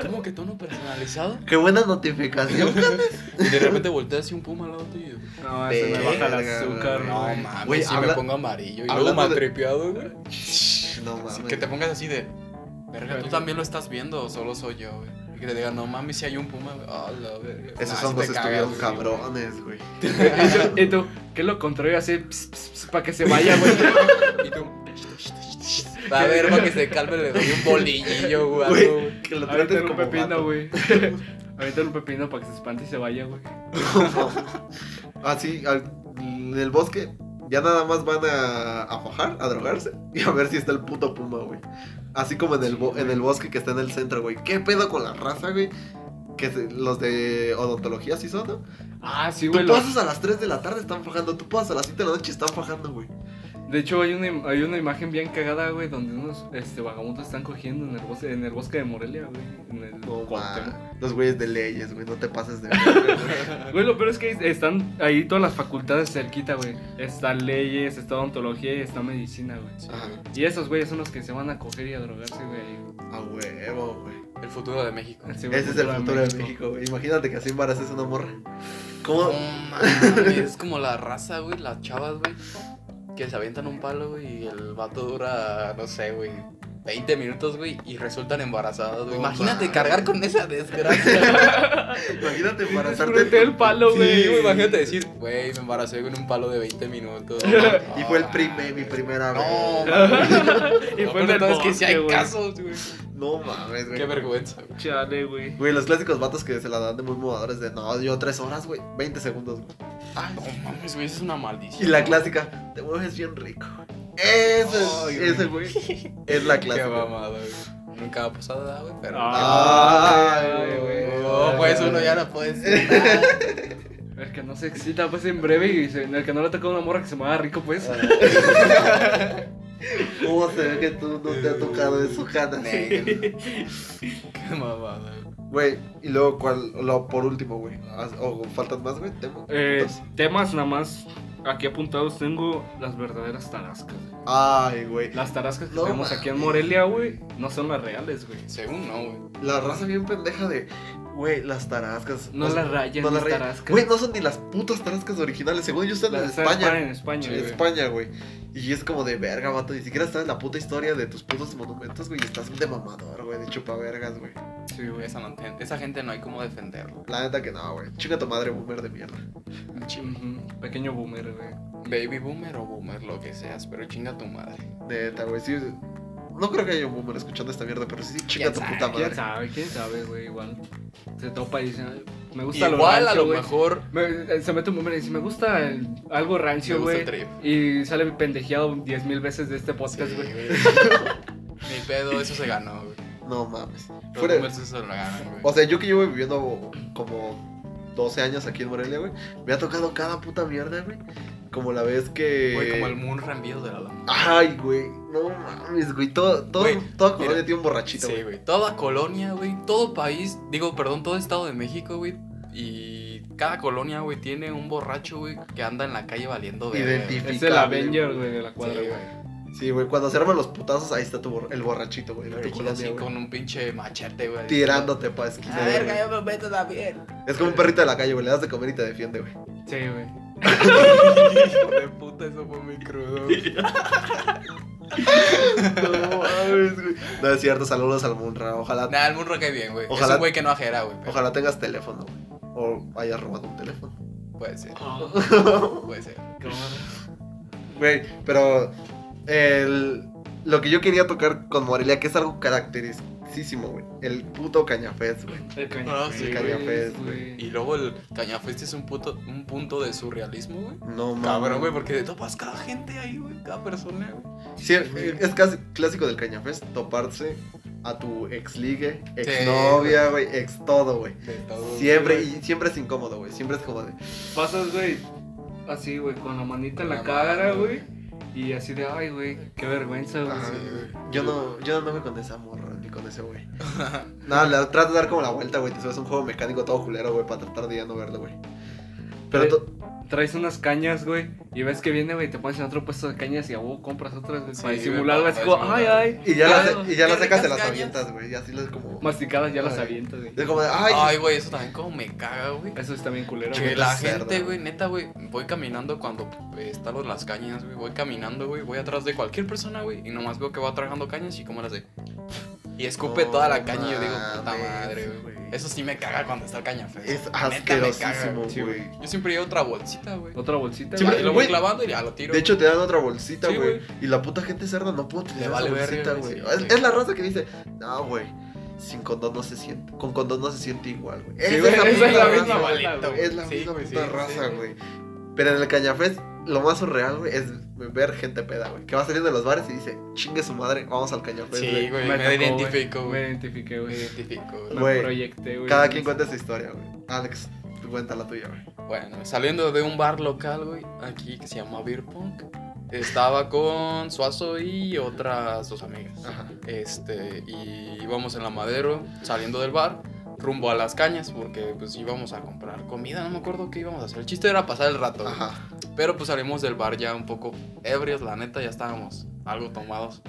¿Cómo que tono personalizado?
Qué buena notificación.
Y de repente volteas y un puma al lado tuyo.
No, se me baja el
Verga,
azúcar,
güey.
No
güey.
mames,
Güey,
si
habla-
me pongo amarillo y luego
hablando de-
maltripeado, güey.
No
Así
mames.
que te pongas así de. Verga, tú
Verga.
también lo estás viendo o solo soy yo, güey. que te digan, no mames, si hay un puma, güey. Ah, la verga.
Esos
Nah,
hongos
sí te
estuvieron
cagas, güey.
cabrones, güey.
Y tú- Y tú, ¿qué es lo contrario? Hacer para que se vaya, güey.
Y tú. A ver, para que se calme, le doy un bolillillo, güey. algo, güey.
Que lo traten
Aventar un
como
pepino,
vato.
güey. Aventar un pepino para que se espante y se vaya, güey.
Así, al- en el bosque, ya nada más van a, a fajar, a drogarse y a ver si está el puto puma, güey. Así como en el, bo- en el bosque que está en el centro, güey. ¿Qué pedo con la raza, güey? Que se- los de odontología sí son, ¿no?
Ah, sí,
Tú
güey. los-
pasas a las 3 de la tarde, están fajando. Tú pasas a las 7 de la noche, están fajando, güey.
De hecho, hay una, im- hay una imagen bien cagada, güey, donde unos este, vagabundos están cogiendo en el bosque, en el bosque de Morelia, güey. En el Cuauhtémoc.
Ah, los güeyes de leyes, güey. No te pases de. verga, güey.
Ah. Güey, lo peor es que están ahí todas las facultades cerquita, güey. Está leyes, está odontología y está medicina, güey.
Ajá.
Y esos güeyes son los que se van a coger y a drogarse, güey.
Ah, A huevo, güey.
El futuro de México.
Sí, güey,
Ese es el futuro de México, güey. Imagínate que así embaraces una morra. ¿Cómo?
No mames, es como la raza, güey, las chavas, güey, que se avientan un palo, güey, y el vato dura, no sé, güey, 20 minutos, güey, y resultan embarazadas, güey.
No
Imagínate
mames.
cargar con esa desgracia.
Imagínate
Disfruté
embarazarte.
el palo,
güey.
güey.
Sí, güey, imagínate decir, güey, me embaracé con un palo de 20 minutos.
Y fue el primer, mi primera vez.
No, mames.
y
No,
fue en
pero
el
todo es que si hay
bosque, güey.
casos, güey.
No mames, güey.
Qué vergüenza, güey.
Chale, güey.
Güey, los clásicos vatos que se la dan de muy movadores de no, yo tres horas, güey, 20 segundos, güey.
Ay, no mames, güey, eso es una maldición.
Y la clásica, te mueves bien rico. Ese, es-
Ay,
ese, güey, es la
Qué
clásica.
mamada, güey. Nunca ha pasado nada, güey, pero...
Ay,
Ay,
güey.
No, pues uno ya no puede decir nada.
El que no se excita, pues en breve. Y se- el que no le toca una morra que se me haga rico, pues.
¿Cómo se ve que tú no te ha tocado eso, Hanna?
Negro. Qué mamada. güey.
Güey, y luego, ¿cuál? Lo, por último, güey. haz- O faltan más, güey. Temo.
Eh,
Dos.
temas nada más. Aquí apuntados tengo las verdaderas tarascas. güey.
Ay, güey.
Las tarascas que
No
tenemos aquí en
mames.
Morelia, güey, no son las reales, güey.
Según no, güey.
La raza bien pendeja de, güey, las tarascas.
No
las-
las rayan,
Pues, no
las
las rayan.
tarascas.
Güey, no son ni las putas tarascas originales. Según yo, están en
Las
España.
en España,
Sí,
En
güey.
España, güey. Y es como de verga, vato. Ni siquiera sabes la puta historia de tus putos monumentos, güey. y Estás de mamador, güey. De chupavergas, güey.
Sí, güey.
Esa, no enten- esa gente no hay cómo defenderla.
La neta que no, güey. Chica tu madre, boomer de mierda.
Ujú, Pequeño boomer, güey.
Baby boomer o boomer, lo que seas, pero chinga tu madre.
Neta, güey. Sí, no creo que haya un boomer escuchando esta mierda, pero sí, sí, chica
¿Quién
tu
sabe?
puta madre.
¿Quién sabe? ¿Quién sabe, güey? Igual. Se topa y dice, "Ay, me gusta lo
Igual a
rancio,
lo
güey".
mejor.
Me- eh, se mete un boomer y dice, me gusta el- algo rancio,
Me gusta
güey.
el trío.
Y sale pendejeado 10 mil veces de este
Sí,
podcast, güey.
güey. Ni pedo, eso se ganó, güey.
No mames.
Los
Fuera-
boomers eso se lo ganan,
O
güey.
sea, yo que llevo viviendo como 12 años aquí en Morelia, güey. Me ha tocado cada puta mierda, güey. Como la vez que.
Güey, como el moon rambido de la dama.
Ay, güey. No mames, güey. Todo, todo,
Güey,
toda
mira.
colonia tiene un borrachito,
Sí,
güey.
güey. Toda colonia, güey. Todo país. Digo, perdón, todo estado de México, güey. Y cada colonia, güey, tiene un borracho, güey, que anda en la calle valiendo verga, güey.
Identificado.
Es el Avenger, güey, de la
Sí,
cuadra, güey.
güey.
Sí, güey. Cuando se arman los putazos, ahí está tu bor- el borrachito, güey. De tu
Así
colonia, güey.
con un pinche machete, güey.
Tirándote pa'
A
esquina.
la
güey.
verga, yo me meto también.
Es como un perrito de la calle, güey. Le das de comer y te defiende, güey.
Sí, güey.
Hijo de puta, eso fue muy crudo.
No mames, güey. No es cierto. Saludos al Munra. Ojalá,
Nada, el Munro cae bien, güey. Es
Ojalá-
un güey que no ajera, güey. pero
ojalá tengas teléfono, güey. O hayas robado un teléfono.
Puede ser,
Oh,
puede ser.
Güey, pero el- lo que yo quería tocar con Morelia, que es algo característico, güey. El puto cañafés, güey.
El
Ah, sí,
Cañafés,
güey.
Y luego el Cañafeste es un, puto, un punto de surrealismo, güey.
No mames.
Cabrón, güey, porque te topas cada gente ahí, güey. Cada persona, güey.
Sí, es casi clásico del cañafés toparse a tu ex ligue, ex
Sí,
novia, güey, ex todo, güey.
De todo.
Siempre,
güey.
y siempre es incómodo, güey. Siempre es como de.
Pasas, güey, así, güey, con la manita en la
La
cara,
mano,
güey. Y así de, ay, güey, qué vergüenza, güey.
"Ah,
güey.
yo no, yo no ando con esa morra, ni con ese güey. No, le tratas de dar como la vuelta, güey. Te subes a un juego mecánico todo culero, güey, para tratar de ya no verlo, güey. Pero
Eh,
to-
Traes unas cañas, güey, y ves que viene, güey, te pones en otro puesto de cañas y a huevo compras otras, güey,
Sí,
para
güey,
simular, güey,
para
así como, ay,
disimular.
ay.
Y ya,
claro.
las, y ya
qué
las secas
ricas
te las
cañas.
avientas, güey. Y así las como.
Masticadas ya las
Ay.
avientas, güey.
Es como de, ay,
Ay, güey, eso también como me caga, güey.
Eso está bien culero,
Que
güey.
la
cerdo.
gente, güey, neta, güey, voy caminando cuando eh, están los- las cañas, güey, voy caminando, güey, voy atrás de cualquier persona, güey, y nomás veo que va tragando cañas y como las de... y escupe
No
toda la caña y yo digo, puta
mames,
madre, güey.
güey.
Eso sí me caga cuando está el cañafe.
Es
Neta, me caga.
asquerosísimo,
Sí,
güey.
güey.
Yo siempre llevo otra bolsita, güey.
Otra bolsita.
Sí,
güey.
Ahí lo voy
güey.
clavando y ya lo tiro.
De hecho, te dan otra bolsita,
Sí,
güey.
güey.
y la puta gente cerda no puede utilizar
vale
esa bolsita,
verga,
güey.
sí,
es,
güey.
es la raza que dice, no, güey. Sin condón no se siente. Con condón no se siente igual, güey.
Sí,
Esa
güey,
es la
esa
misma
es la
raza,
misma
güey.
bolita, güey.
Es la
Sí,
misma
güey, sí,
puta
sí,
raza,
sí.
güey. Pero en el Cañafest, lo más surreal, güey, es ver gente peda, güey. Que va saliendo de los bares y dice, chingue su madre, vamos al Cañafest,
Sí,
güey.
güey,
Me
me,
tocó,
identifico,
Me
güey.
identifiqué,
Me
güey.
identifico, güey.
Me
Güey.
proyecté, güey.
Cada quien cuenta su historia, güey. Alex, tú cuenta la tuya, güey.
Bueno, saliendo de un bar local, güey, aquí que se llama Beer Punk, estaba con Suazo y otras dos amigas.
Ajá.
Este, y íbamos en la Madero, saliendo del bar, rumbo a las cañas, porque pues íbamos a comprar comida, no me acuerdo qué íbamos a hacer. El chiste era pasar el rato, güey.
Ajá.
Pero pues salimos del bar ya un poco ebrios, la neta, ya estábamos algo tomados.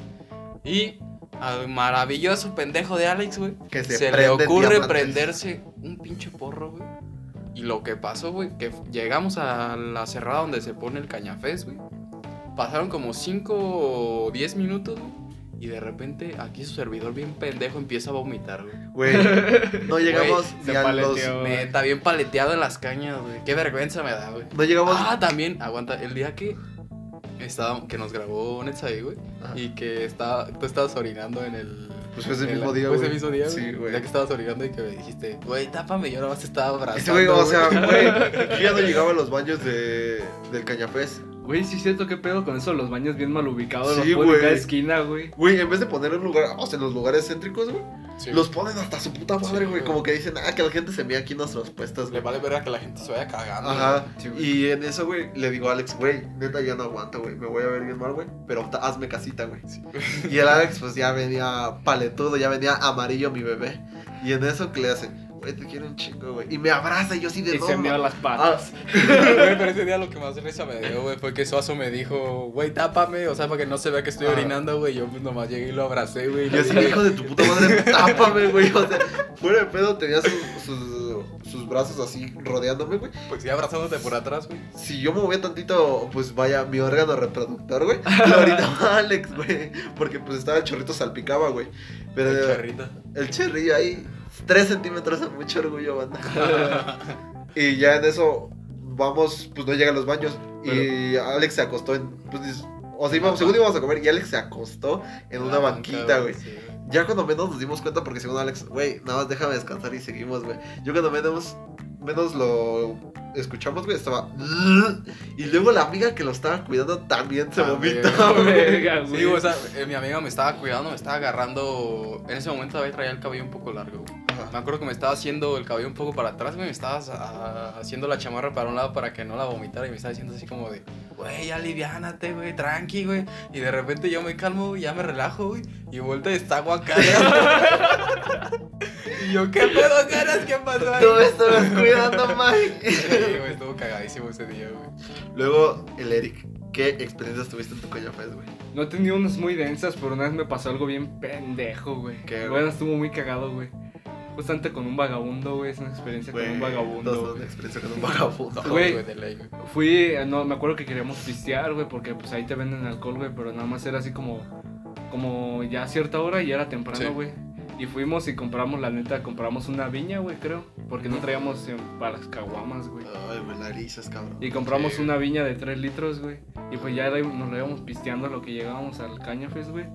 Y al maravilloso pendejo de Alex, güey,
Que se
se, le
prenden
ocurre
diamantes.
prenderse un pinche porro, güey. Y lo que pasó, güey, que llegamos a la cerrada donde se pone el cañafés, güey. Pasaron como 5 o 10 minutos, güey. Y de repente aquí su servidor bien pendejo empieza a vomitar, güey.
Güey, no llegamos
Güey,
ni
se
a los...
paleteó. Ay.
Neta, bien paleteado en las cañas, güey. Qué vergüenza me da, güey.
No llegamos...
Ah, también, aguanta, el día que estaba, que nos grabó Netsai, güey,
Ajá.
y que estaba, tú estabas orinando en el...
Ah. Pues fue ese
en la-
mismo día,
Fue
güey.
ese mismo día,
Sí, güey.
Ya que estabas orinando y que me dijiste, güey, tápame, yo nada más te estaba abrazando,
Ese güey, o sea, güey, yo ya no llegaba a los baños de, del Cañafés.
Güey, sí es cierto, qué pedo con eso, los baños bien mal ubicados,
Sí,
los ponen en cada
güey.
esquina, güey.
Güey, en vez de poner en lugar, o sea, en los lugares céntricos, güey,
Sí.
los ponen hasta su puta
Sí,
madre, güey.
güey.
Como que dicen, ah, que la gente se mea aquí en nuestras puestas,
Le
güey.
vale ver a que la gente se vaya cagando.
Ajá.
Sí, güey.
y en eso, güey, le digo a Alex, güey, neta, ya no aguanto, güey. Me voy a ver bien mal, güey. Pero ta- hazme casita, güey. Y el Alex, pues ya venía paletudo, ya venía amarillo mi bebé. Y en eso que le hace, güey, te quiero un chingo, güey. Y me abraza y yo así de
Y se
no,
me
ma-
las
Ah,
patas.
Güey, pero ese día lo que más risa me dio, güey, fue que Suazo me dijo, güey, tápame, o sea, para que no se vea que estoy
Ah.
orinando, güey. Yo pues nomás llegué y lo abracé, güey. y
Yo
le
así,
dije,
hijo de tu puta madre, tápame, güey. O sea, fuera de pedo tenía sus, sus, sus brazos así rodeándome, güey.
Pues sí, abrazándote por atrás, güey.
Si yo movía tantito, pues vaya, mi órgano reproductor, güey. Lo gritaba Alex, güey. Porque pues estaba el chorrito salpicaba, güey. Pero
El
el,
charrito.
chorrillo ahí, tres centímetros de mucho orgullo, banda. y ya en eso, vamos, pues no llegan los baños. Y Alex se acostó en. Pues, dis- o sea, íbamos, según íbamos a comer, y Alex se acostó en una
La banca,
banquita, güey.
sí, güey.
Ya cuando menos nos dimos cuenta, porque según Alex, güey, nada más déjame descansar y seguimos, güey. Yo cuando menos, menos lo escuchamos, güey, estaba. Y luego la amiga que lo estaba cuidando también se
También,
vomitó,
Ah,
güey.
Verga, güey.
Sí, o sea, eh, mi amiga me estaba cuidando, me estaba agarrando. En ese momento todavía traía el cabello un poco largo. güey. Me
Ajá.
acuerdo que me estaba haciendo el cabello un poco para atrás, güey. Me estaba ah, haciendo la chamarra para un lado para que no la vomitara. Y me estaba diciendo así como de, güey, ya aliviánate, güey, tranqui, güey. Y de repente yo me calmo, güey, ya me relajo, güey. Y vuelta y está guacala. y yo, ¿qué pedo, caras? ¿Qué pasó ahí?
Tú me estabas cuidando,
Sí,
Mike.
güey, estuvo cagadísimo ese día, güey.
Luego, el Eric, ¿qué experiencias tuviste en tu coño fest, güey?
No he tenido unas muy densas, pero una vez me pasó algo bien pendejo, güey.
¿Qué, güey?
Bueno, estuvo muy cagado, güey. Justamente con un vagabundo, güey. Es una experiencia con un
no, no,
vagabundo.
una
güey.
experiencia con un vagabundo.
Güey.
de ley, güey.
Fui, eh, no, me acuerdo que queríamos pistear, güey, porque pues ahí te venden alcohol, güey, pero nada más era así como, como ya a cierta hora y ya era
Sí.
temprano, güey. Y fuimos y compramos, la neta, compramos una viña, güey, creo, porque no traíamos eh, para las caguamas, güey.
Ay, me la erizas, cabrón.
Y compramos
Sí.
una viña de 3 litros, güey. Y pues ya la- nos la íbamos pisteando a lo que llegábamos al Cañafes, güey.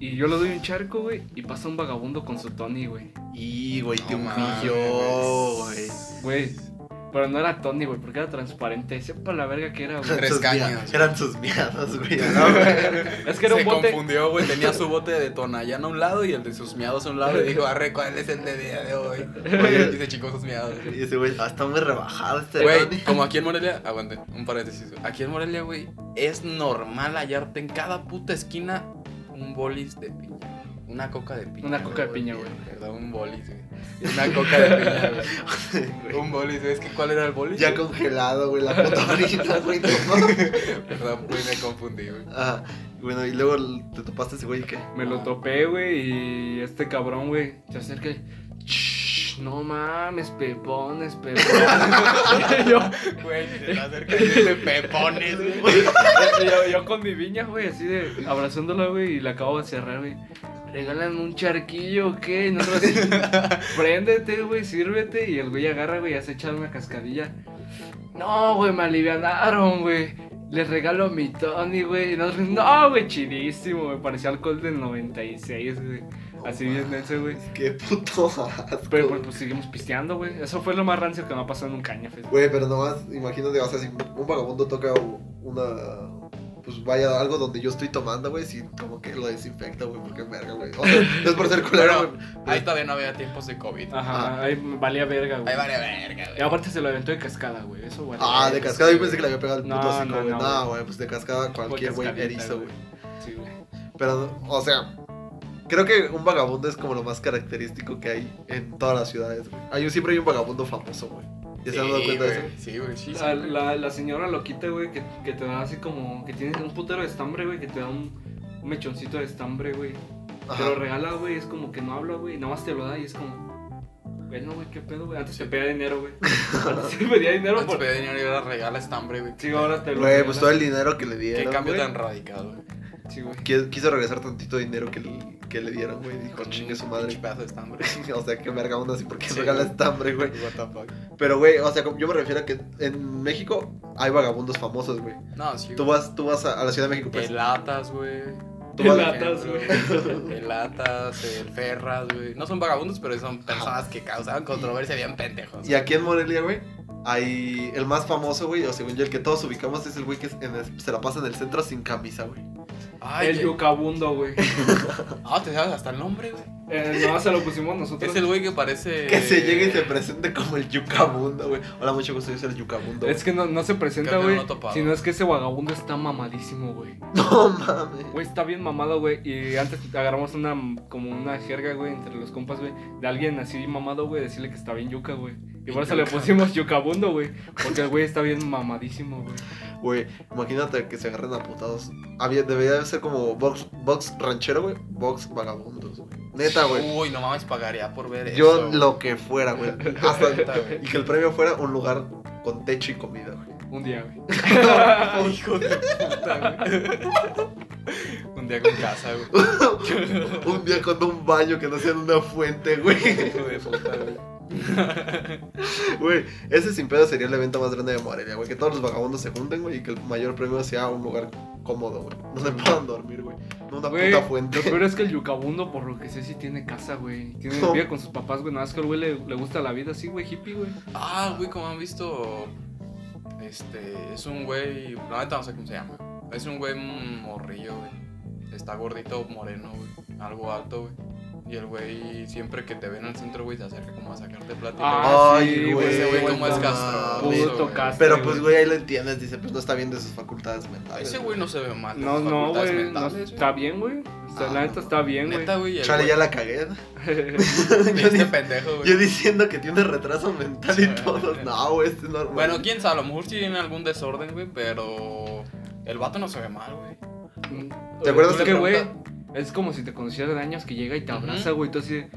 Y yo le doy un charco, güey, y pasa un vagabundo con su Tony, güey.
Y, güey, te
No
humilló,
mames.
güey.
Güey, pero no era Tony, güey, porque era transparente. Sepa la verga que era, güey.
Tres
Sus mia-
cañas.
Eran sus miadas, güey. ¿no, güey?
Es que era
se
un bote.
confundió, güey. Tenía su bote de Tonayán a un lado y el de sus miados a un lado. Y dijo, arre, ¿cuál es el de día de hoy?
Oye.
Y se chicó sus miados.
Y ese güey, "Ah, hasta me rebajaste,
Güey, como aquí en Morelia, aguante, un paréntesis. güey. Aquí en Morelia, güey, es normal hallarte en cada puta esquina un bolis de piña. Una coca de piña.
Una coca de piña, güey.
Perdón, un bolis, güey. Una coca de piña, güey. Un bolis, güey. ¿Es que cuál era el bolis?
Ya congelado, güey, la puta ahorita, güey. ¿no?
Perdón, güey, me confundí, güey.
Ajá. Bueno, y luego te topaste ese güey, ¿qué?
Me lo topé, güey, y este cabrón, güey, se acerca y... "Shh, No mames, pepones, pepones. Y yo,
Güey, si se te acerca y dice pepones, güey.
yo, yo con mi viña, güey, así de abrazándola, güey, y la acabo de cerrar, güey. regalan un charquillo o qué, y nosotros, préndete, güey, sírvete, y el güey agarra, güey, y hace echar una cascadilla. No, güey, me alivianaron, güey. Les regalo mi Tony, güey. Y nosotros, no, güey, chidísimo, güey. Parecía alcohol del 96, güey. Así bien denso, güey.
Qué puto asco.
Pero pues, pues, seguimos pisteando, güey. Eso fue lo más rancio que me ha pasado en un caña, Fest.
Güey, pero nomás, imagínate, o sea, si un vagabundo toca u- una. Pues vaya, algo donde yo estoy tomando, güey, si como que lo desinfecta, güey, porque verga, güey. O sea, no es por ser culero,
Bueno,
güey.
ahí todavía no había tiempos de COVID.
Ajá, ahí valía verga, güey.
Ahí vale verga,
Y
güey.
aparte se lo aventó de cascada, güey. Eso, güey.
Ah, de cascada, yo pensé que le había pegado el puto
eh, No,
hocico,
no,
güey.
no,
No,
güey.
güey, pues de cascada cualquier güey
cascadita,
erizo, güey.
Sí, güey.
Pero, o sea, creo que un vagabundo es como lo más característico que hay en todas las ciudades, güey. Hay, un- siempre hay un vagabundo famoso, güey. ¿Ya se han dado
Sí,
cuenta de eso?
güey, Sí, güey, sí, sí.
La, la, la señora loquita, güey, que, que te da así como. Que tiene un putero de estambre, güey, que te da un, un mechoncito de estambre, güey. Te lo
Ajá.
regala, güey, es como que no habla, güey. Nada más te lo da y es como. Bueno, güey, qué pedo, güey. Antes te pedía dinero, güey. Antes te pedía dinero
Antes
por.
pedía dinero y ahora regala estambre, güey.
Sí, ahora te lo.
Güey, pues
regala.
todo el dinero que le
Qué
dieron.
cambio
güey.
tan radical, güey.
Sí, güey.
Qui- Quiso regresar tantito dinero que le, que le dieron, güey. Dijo, chingue su
Pinche
madre.
pedazo de estambre.
O sea, que verga onda así porque
Sí,
regala
güey.
estambre, güey.
What the fuck.
Pero, güey, o sea, como- yo me refiero a que en México hay vagabundos famosos, güey.
No, sí.
Tú
güey.
vas, tú vas a, a la Ciudad de México, pues.
El latas, güey.
Tú vas-
Latas,
güey. El latas, el eh, ferras, güey. No son vagabundos, pero son personas que causaban controversia bien pendejos.
Y aquí en Morelia, güey, hay el más famoso, güey, o según yo, el que todos ubicamos es el güey que es- en- se la pasa en el centro sin camisa, güey.
Ay,
el
que-
yucabundo, güey.
Ah, te sabes hasta el nombre, güey.
Eh, nada más se lo pusimos nosotros.
Es el güey que parece.
Que se llegue y se presente como el yucabundo, güey. Hola, mucho gusto, yo soy el yucabundo.
Es que no, no se presenta,
Creo que no
güey.
lo he topado.
sino es que ese vagabundo está mamadísimo, güey.
No mames.
Güey, está bien mamado, güey. Y antes agarramos una como una jerga, güey, entre los compas, güey. De alguien así mamado, güey, decirle que está bien yuca, güey. Y por eso le
yuca.
pusimos yucabundo, güey. Porque el güey está bien mamadísimo, güey.
Güey, imagínate que se agarren a putados. Había, debería ser como box, box ranchero, güey. Box vagabundos, güey. Neta, güey.
Uy, no mames, pagaría por ver
Yo
eso.
lo que fuera, güey. Hasta- y que el premio fuera un lugar con techo y comida, güey.
Un día, güey.
Hijo de puta, güey. Un día con casa, güey.
Un día con un baño que no sea en una fuente, güey.
Hijo de puta, güey.
Güey, ese sin pedo sería el evento más grande de Morelia, güey. Que todos los vagabundos se junten, güey. Y que el mayor premio sea un lugar cómodo, güey. Donde puedan dormir, güey. No una
Güey,
puta
Lo
fuente.
peor es que el yucabundo, por lo que sé, sí tiene casa, güey. Tiene
No.
vive con sus papás, güey. Nada más que al güey le, le gusta la vida así, güey, hippie, güey.
Ah, güey, como han visto. Este. Es un güey. La neta no sé cómo se llama. Es un güey morrillo, güey. Está gordito, moreno, güey. Algo alto, güey. Y el güey, siempre que te ve en el centro, güey, se acerca como a sacarte plática.
Ah,
Ay,
sí,
güey,
ese güey,
güey,
como
no
es
mames.
castroso.
Puto
güey.
castro.
Pero pues, güey, ahí lo entiendes. Dice, pues no está bien de sus facultades mentales.
Ese güey no se ve mal. de
No,
sus
no,
Ah, facultades
güey. no,
mentales,
está bien, güey. O sea,
Ah,
la
no,
neta está bien, güey.
Neta, güey. el
Chale,
güey-
ya la cagué. Yo
Este
di-
pendejo, güey.
Yo diciendo que tiene retraso mental y todo. No, güey, este es normal.
Bueno, quién sabe, a lo mejor sí tiene algún desorden, güey, pero el vato no se ve mal, güey.
¿Te acuerdas
Es
de
que,
la
güey,
pregunta?
es como si te conocieras de años que llega y te
Ujú.
abraza, güey. Tú así de,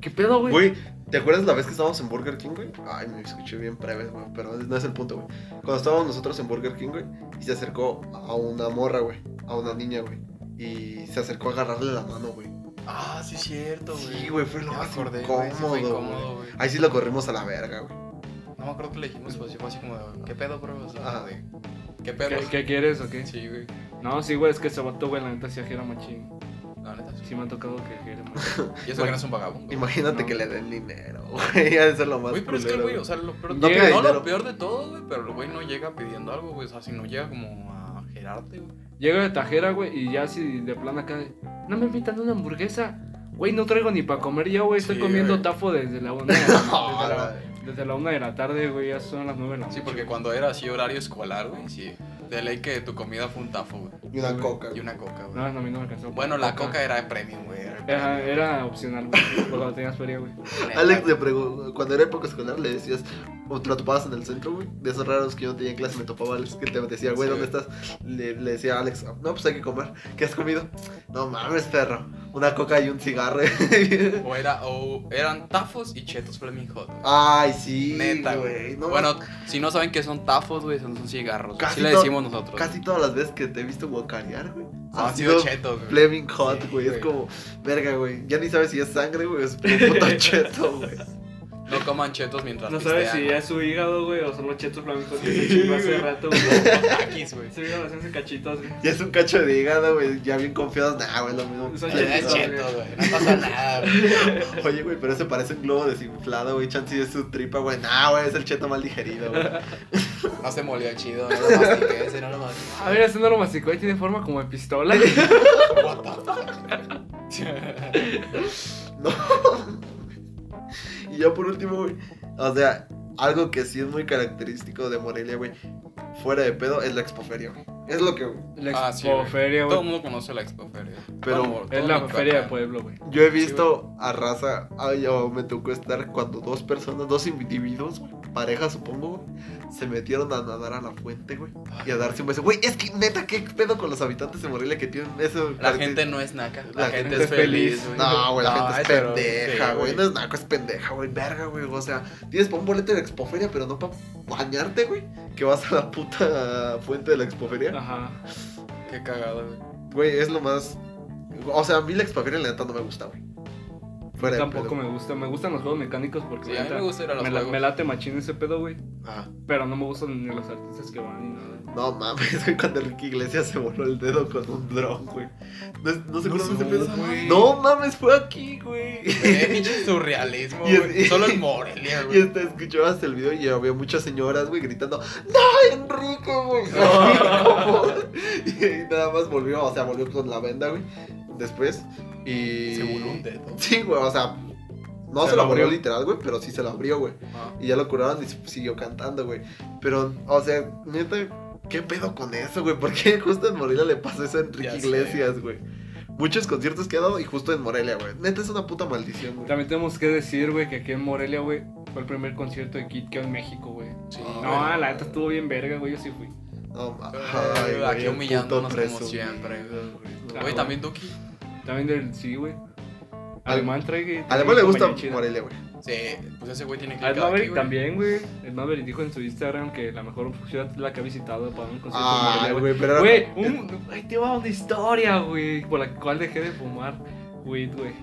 ¿qué pedo, güey?
Güey, ¿te acuerdas la vez que estábamos en Burger King, güey? Ay, me escuché bien breve, güey, pero no es el punto, güey. Cuando estábamos nosotros en Burger King, güey, y se acercó a una morra, güey, a una niña, güey. Y se acercó a agarrarle la mano, güey.
Ah, sí es cierto, güey.
Sí, güey, fue lo
Ya me
más
acordé, güey, sí fue
incómodo,
incómodo,
güey.
güey.
Ahí sí lo corrimos a la verga, güey.
No me acuerdo que le dijimos, pues yo fue así como, de, ¿qué pedo, bro? O sea,
Ajá.
de, ¿Qué pedo?
¿Qué, qué quieres o qué?
Sí, güey.
No, sí, güey, es que ese vato, güey, la neta sí ajera machín.
La neta. sí.
Sí me ha tocado que ajera machín.
Y eso que no es un vagabundo.
Imagínate
No.
que le den dinero, güey. Ya es lo más
Güey, pero es que el
culero,
güey, o sea, lo peor,
No pide
no, lo
dinero.
peor de todo, güey, pero el güey no llega pidiendo algo, güey. O sea, si no llega como a gerarte, güey.
Llega de tajera, güey, y ya si de plan acá, de, no me invitan una hamburguesa. Güey, no traigo ni para comer ya, güey. Estoy
Sí,
comiendo
güey.
tafo desde la una de la, desde,
la
la, desde la una de la tarde, güey. Ya son las nueve de la noche.
Sí, porque cuando era así horario escolar, güey, sí. De ley que tu comida fue un tafo, güey.
Y una coca.
Y una coca, güey.
No, no, a mí no me alcanzó.
Bueno, la coca era de premium, güey. era de
Ajá,
premium.
era opcional, güey. Cuando tenías feria, güey.
Neta,
Alex
güey.
le preguntó, cuando era época escolar le decías, o te lo topabas en el centro, güey, de esos raros que yo no tenía en clase, me topaba Alex, que te decía, güey,
Sí,
¿dónde
güey.
estás? Le, le decía a Alex, no, pues hay que comer, ¿qué has comido? No mames, perro, una coca y un cigarro.
O, era, o eran tafos y chetos flaming hot. güey.
Ay, Ah, sí,
Neta, güey.
no,
bueno, si no saben qué son tafos, güey, son, son cigarros.
Casi
Así le
to-
decimos nosotros.
casi todas las veces que te he visto guacarear, güey,
Ha sido cheto, güey.
Fleming Hot,
Sí,
güey. Es
güey.
como, verga, güey. Ya ni sabes si es sangre, güey, o es un puto cheto, güey.
No coman chetos mientras
No sabes si
pistean,
es su hígado, güey, o son los chetos flamencos que se
Sí,
chingó hace
güey.
rato, güey.
¿no? Taquis, güey.
Ese hígado hacen cachitos, güey.
Ya es un cacho de hígado, güey. Ya bien confiados. Nah, güey, lo mismo.
Son
Ya Es
chetos,
cheto, güey. No pasa nada, güey.
Oye, güey, pero ese parece un globo desinflado, güey. Chansey es su tripa, güey. Nah, güey, es el cheto mal digerido, güey.
No se molió chido, no lo mastiqué, ese no lo mastiqué.
A ver, ese no lo masticó y tiene forma como de pistola.
What the fuck?
No. y ya por último, güey. O sea, algo que sí es muy característico de Morelia, güey. Fuera de pedo, es la expoferia, güey. Es lo que
La
Ah, sí, güey.
expoferia,
Todo el
güey.
mundo conoce la expoferia.
Pero
Todo-
Es
todo
la
Michoacán.
feria pues. de pueblo, güey.
yo he visto a raza. Ay, oh, me tocó estar cuando dos personas, dos individuos, güey. Pareja, supongo, güey. Se metieron a nadar a la fuente, güey. Y a darse un beso. Güey, es que neta, ¿qué pedo con los habitantes de Morelia que tienen eso?
La gente no es naca, la, gente, es feliz, güey.
No, güey, la gente es
pero-
pendeja,
sí,
güey. No es naco, es pendeja, güey. Verga, güey. O sea, tienes para un boleto de la expoferia, pero no para bañarte, güey. Que vas a la puta fuente de la expoferia.
Ajá.
Qué cagado, güey.
Güey, es lo más. O sea, a mí la expoferia, la neta, no me gusta, güey. Fuera de
Tampoco
pedo.
me gusta. Me gustan los juegos mecánicos porque
Sí, a mí
neta,
me gusta ir a los
me, la-
juegos.
me late machín ese pedo, güey.
Ah,
Pero no me gustan ni los artistas que van ni nada.
no mames, güey. Cuando Enrique Iglesias se voló el dedo con un dron, güey. No, es- no se
No,
acuerdan de ese pedo.
güey.
No mames, fue aquí, güey.
Qué Eh, pinche surrealismo,
Y es-
güey. Solo en Morelia,
Y este,
güey.
hasta escuchabas el video y había muchas señoras, güey, gritando, ¡No, Enrique, güey! no". y nada más volvió, o sea, volvió con la venda, güey, después. Y...
Se voló un dedo.
Sí, güey, o sea, no
Se
se,
lo
lo abrió
abrió.
literal, güey, pero sí se lo abrió, güey.
Ah.
Y ya lo curaron y siguió cantando, güey. Pero, o sea, neta, ¿qué pedo con eso, güey? ¿Por qué justo en Morelia le pasó eso a Enrique
Ya sé.
Iglesias, güey? Muchos conciertos que ha dado y justo en Morelia, güey. Neta, es una puta maldición, güey.
También tenemos que decir, güey, que aquí en Morelia, güey, fue el primer concierto de Kid Keo en México, güey.
Sí,
No,
güey.
la neta estuvo bien verga, güey. Yo sí fui.
No, ma-
Ay,
ay,
aquí
güey,
humillándonos
puto
como
presumido,
siempre, güey.
güey.
Claro.
Güey, también Duki.
También del. Sí, güey.
Al-
Alemán trae. trae
Además le gusta
compañía chida.
Morelia, güey.
Sí, pues ese güey tiene que
Al Maverick también, Ah, güey. El Maverick dijo en su Instagram que la mejor ciudad es la que ha visitado para un concierto en Morelia,
Ay,
güey.
Ah, güey, pero era-
Güey, un, ahí te va una historia, güey, por la cual dejé de fumar weed, güey.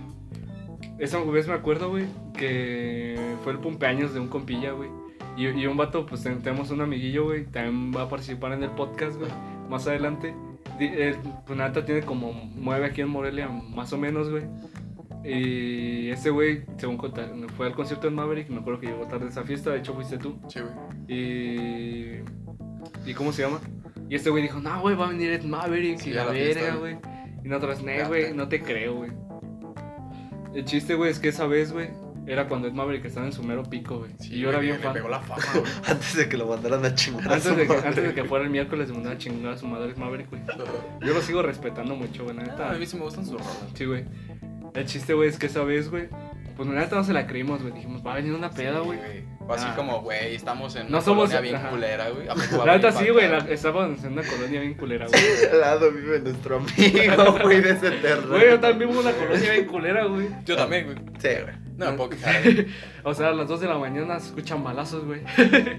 Esa vez me acuerdo, güey, que fue el cumpleaños de un compilla, güey. Y, y un vato, pues ten- tenemos un amiguillo, güey, también va a participar en el podcast, güey, más adelante. Di- eh, Pues nada, tiene como mueve aquí en Morelia, más o menos, güey. Y ese güey, según contar, fue al concierto en Maverick, me acuerdo que llegó tarde a esa fiesta, de hecho fuiste tú.
Sí, güey.
Y. ¿Y cómo se llama? Y este güey dijo, no, güey, va a venir Ed Maverick
Sí,
y
a
la
la fiesta,
verga,
güey.
güey. Y nosotros, no,
Ya,
güey,
ya.
no te creo, güey. El chiste, güey, es que esa vez, güey, era cuando Ed Maverick estaba en su mero pico, güey.
Sí,
y yo era
güey,
bien
le
fan.
pegó la fama, güey.
Antes de que lo mandaran a chingar a su
Antes de, que,
madre.
antes de que fuera el miércoles, de mandó a chingar a su madre Ed Maverick, güey. Yo lo sigo respetando mucho, güey, la
Ah, A
neta.
mí sí me gustan sus rolas.
Sí, güey. El chiste, güey, es que esa vez, güey, pues la neta no se la creímos, güey. Dijimos, va a venir una peda,
Sí,
güey.
O así
Ah.
como, güey, estamos en
No
una
somos-
colonia bien
ajá.
culera, güey.
la neta sí, güey, la- estábamos en una colonia bien culera, güey.
Al lado vive nuestro amigo, güey, de ese terreno.
Güey, yo también vivo en una colonia bien culera, güey.
Yo también, güey.
Sí, güey.
No me puedo quejar, güey.
O sea, a las 2 de la mañana se escuchan balazos, güey.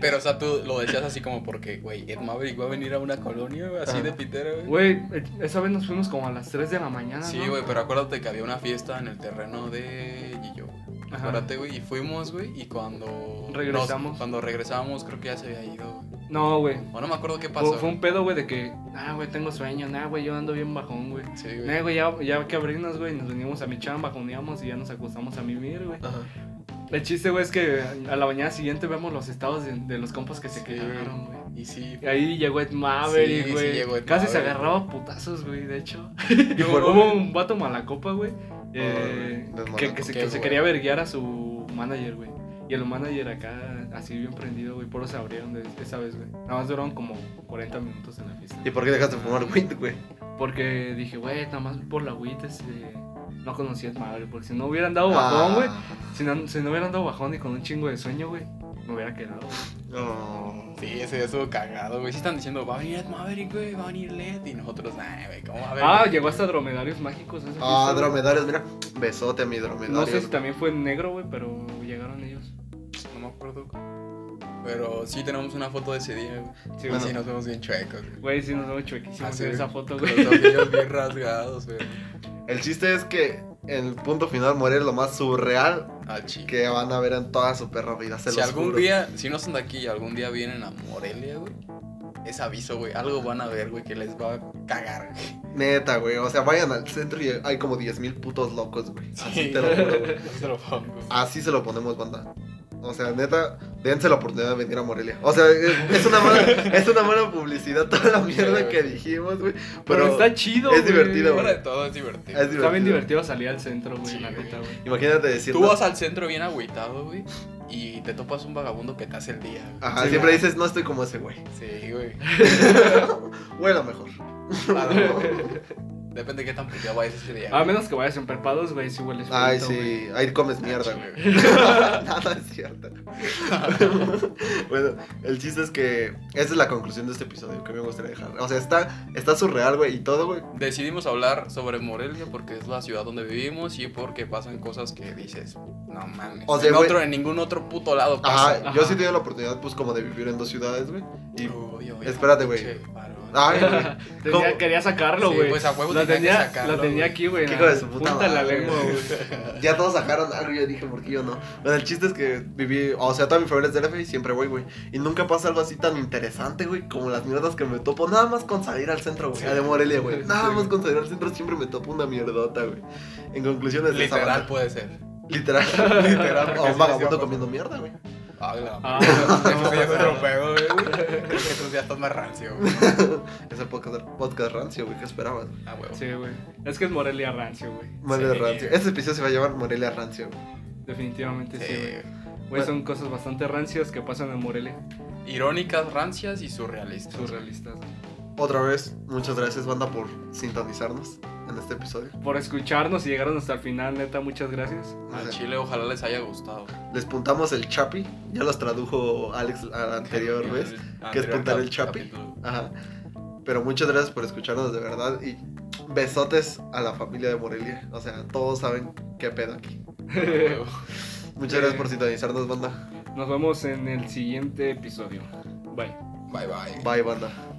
Pero, o sea, tú lo decías así como porque, güey, Ed Maverick va a venir a una colonia, güey, así
Ajá.
de pitera, güey.
Güey, eh, esa vez nos fuimos como a las 3 de la mañana,
Sí,
Ah, ¿no?
güey, pero acuérdate que había una fiesta en el terreno de Gillo, güey.
Ajá.
Acuérdate, güey, y fuimos, güey, y cuando...
Regresamos.
nos- cuando regresamos, creo que ya se había ido, güey.
No, güey.
O no me acuerdo qué pasó.
Fue, fue un pedo, güey, de que, ah, güey, tengo sueño, nah, güey, yo ando bien bajón, güey.
güey. Sí,
Nah,
güey.
güey, ya, ya que abrimos, güey, nos venimos a mi chamba, bajoneamos y ya nos acostamos a mimir, güey.
Ajá.
El chiste, güey, es que a la mañana siguiente vemos los estados de, de los compas que se
Sí,
quedaron, güey.
Y sí,
Y ahí llegó Ed Maverick,
Sí, sí
güey.
llegó Ed
Casi se
Maverick.
agarraba a putazos, güey, de hecho.
Yo-
Hubo un vato malacopa, güey. eh,
Ay,
que, que se,
qué
que se
güey.
quería verguiar a su manager, güey. Y el manager acá, así bien prendido, güey. Por eso se abrieron de, esa vez, güey. Nada más duraron como 40 minutos en la fiesta.
¿Y por qué dejaste de fumar weed, güey?
Porque dije, güey, nada más por la WIT, este, no conocí a Ed Maverick. Porque si no hubieran dado bajón, güey.
Ah,
Si, no, si no hubieran dado bajón y con un chingo de sueño, güey. Me hubiera quedado. güey.
No.
Sí, ese día estuvo cagado, güey. Sí están diciendo, va a venir Ed Maverick, güey, va a venir Led. Y nosotros, nah, güey, ¿cómo va a ver?
Ah, llegó hasta dromedarios mágicos. a esa
Ah,
fiesta, güey.
dromedarios, mira. Besote a mi
No
dromedario.
sé si también fue en negro, güey, pero llegaron ellos.
No me acuerdo. Pero sí tenemos una foto de ese día, güey.
Sí,
Así
bueno.
nos vemos bien chuecos, güey.
Güey, sí nos vemos
Ah,
chuequísimos
Así,
en
güey.
esa foto,
Con
güey.
los ojillos bien rasgados, güey.
El chiste es que el punto final Morelia es lo más surreal
Ah, chico.
que van a ver en toda su perra vida. Se
Si
los
algún
juro.
día, si no son de aquí y algún día vienen a Morelia, güey, es aviso, güey. Algo van a ver, güey, que les va a cagar, güey.
Neta, güey. O sea, vayan al centro y hay como 10.000 putos locos, güey. Así
Sí.
te lo juro, güey.
Así te lo pongo.
Así se lo ponemos, banda. O sea, neta, dense la oportunidad de venir a Morelia. O sea, es es una mala, es una mala publicidad toda la mierda que dijimos, güey. Pero,
Pero está chido,
es
güey.
divertido,
Fuera de todo, es divertido.
es
Está bien divertido salir al centro, güey,
Sí,
la neta, güey.
Imagínate decir.
Tú
no-
vas al centro bien agüitado, güey, y te topas un vagabundo que te hace el día. güey.
Ajá,
Sí,
siempre
güey.
dices, no estoy como ese güey.
Sí, güey.
Bueno, mejor.
Claro. Depende de qué tan puteado vayas ese día.
A
güey.
menos que vayas emperpados, güey, sí hueles
Ay,
feíto, güey.
sí. Ahí comes mierda,
Ah,
güey.
chido, güey.
Nada es cierto. bueno, el chiste es que esa es la conclusión de este episodio que me gustaría dejar. O sea, está, está surreal, güey, y todo, güey.
Decidimos hablar sobre Morelia porque es la ciudad donde vivimos y porque pasan cosas que dices, no mames.
O sea,
en,
güey-
otro, en ningún otro puto lado
Ajá,
pasa. güey.
yo
Ajá.
sí he tenido la oportunidad, pues, como de vivir en dos ciudades, güey. Y
Uy, uy,
espérate, güey. Ah,
pinche varón.
Ay, güey.
Tenía-
¿Cómo?
quería sacarlo,
Sí,
güey.
pues, a huevo
lo
tenía que
tenía,
sacarlo,
lo tenía
güey.
aquí, güey.
Qué
en
hijo de
la
su puta
punta de la
madre,
lengua,
güey.
güey.
ya todos sacaron algo y yo dije, ¿por qué yo no? Bueno, el chiste es que viví, o sea, toda mi familia es de DF y siempre voy, güey. Y nunca pasa algo así tan interesante, güey, como las mierdas que me topo. Nada más con salir al centro, güey.
Sí.
De Morelia, güey. Nada
Sí.
más con salir al centro siempre me topo una mierdota, güey. En conclusión, es esa
Literal
banda.
puede ser.
Literal,
Literal,
literal. O
porque
un
sí,
vagabundo
sí,
comiendo mierda, güey.
Ah, la
Ah,
eso
no,
ya es otro
no.
pedo, güey. Creo que eso ya estás más rancio, güey.
Ese podcast, podcast rancio, güey, ¿qué esperabas? güey?
Ah, huevo.
Sí, güey. Es que es Morelia rancio, güey.
Morelia
Sí.
rancio. Este episodio se va a llamar Morelia rancio, güey.
Definitivamente sí,
Sí,
güey.
güey.
Güey, son cosas bastante rancias que pasan en Morelia.
Irónicas, rancias y surrealistas.
Surrealistas. güey.
Otra vez, muchas gracias, banda, por sintonizarnos en este episodio.
Por escucharnos y llegaron hasta el final, neta, muchas gracias.
Al chile, ojalá les haya gustado.
Les puntamos el Chapi. Ya los tradujo Alex al anterior vez. que es
Anterior
puntar el
cap-
chapi.
capítulo.
Ajá. Pero muchas gracias por escucharnos de verdad. Y besotes a la familia de Morelia. O sea, todos saben qué pedo aquí.
Ah, huevo.
Muchas gracias por sintonizarnos, banda.
Nos vemos en el siguiente episodio. Bye.
Bye, bye.
Bye, banda.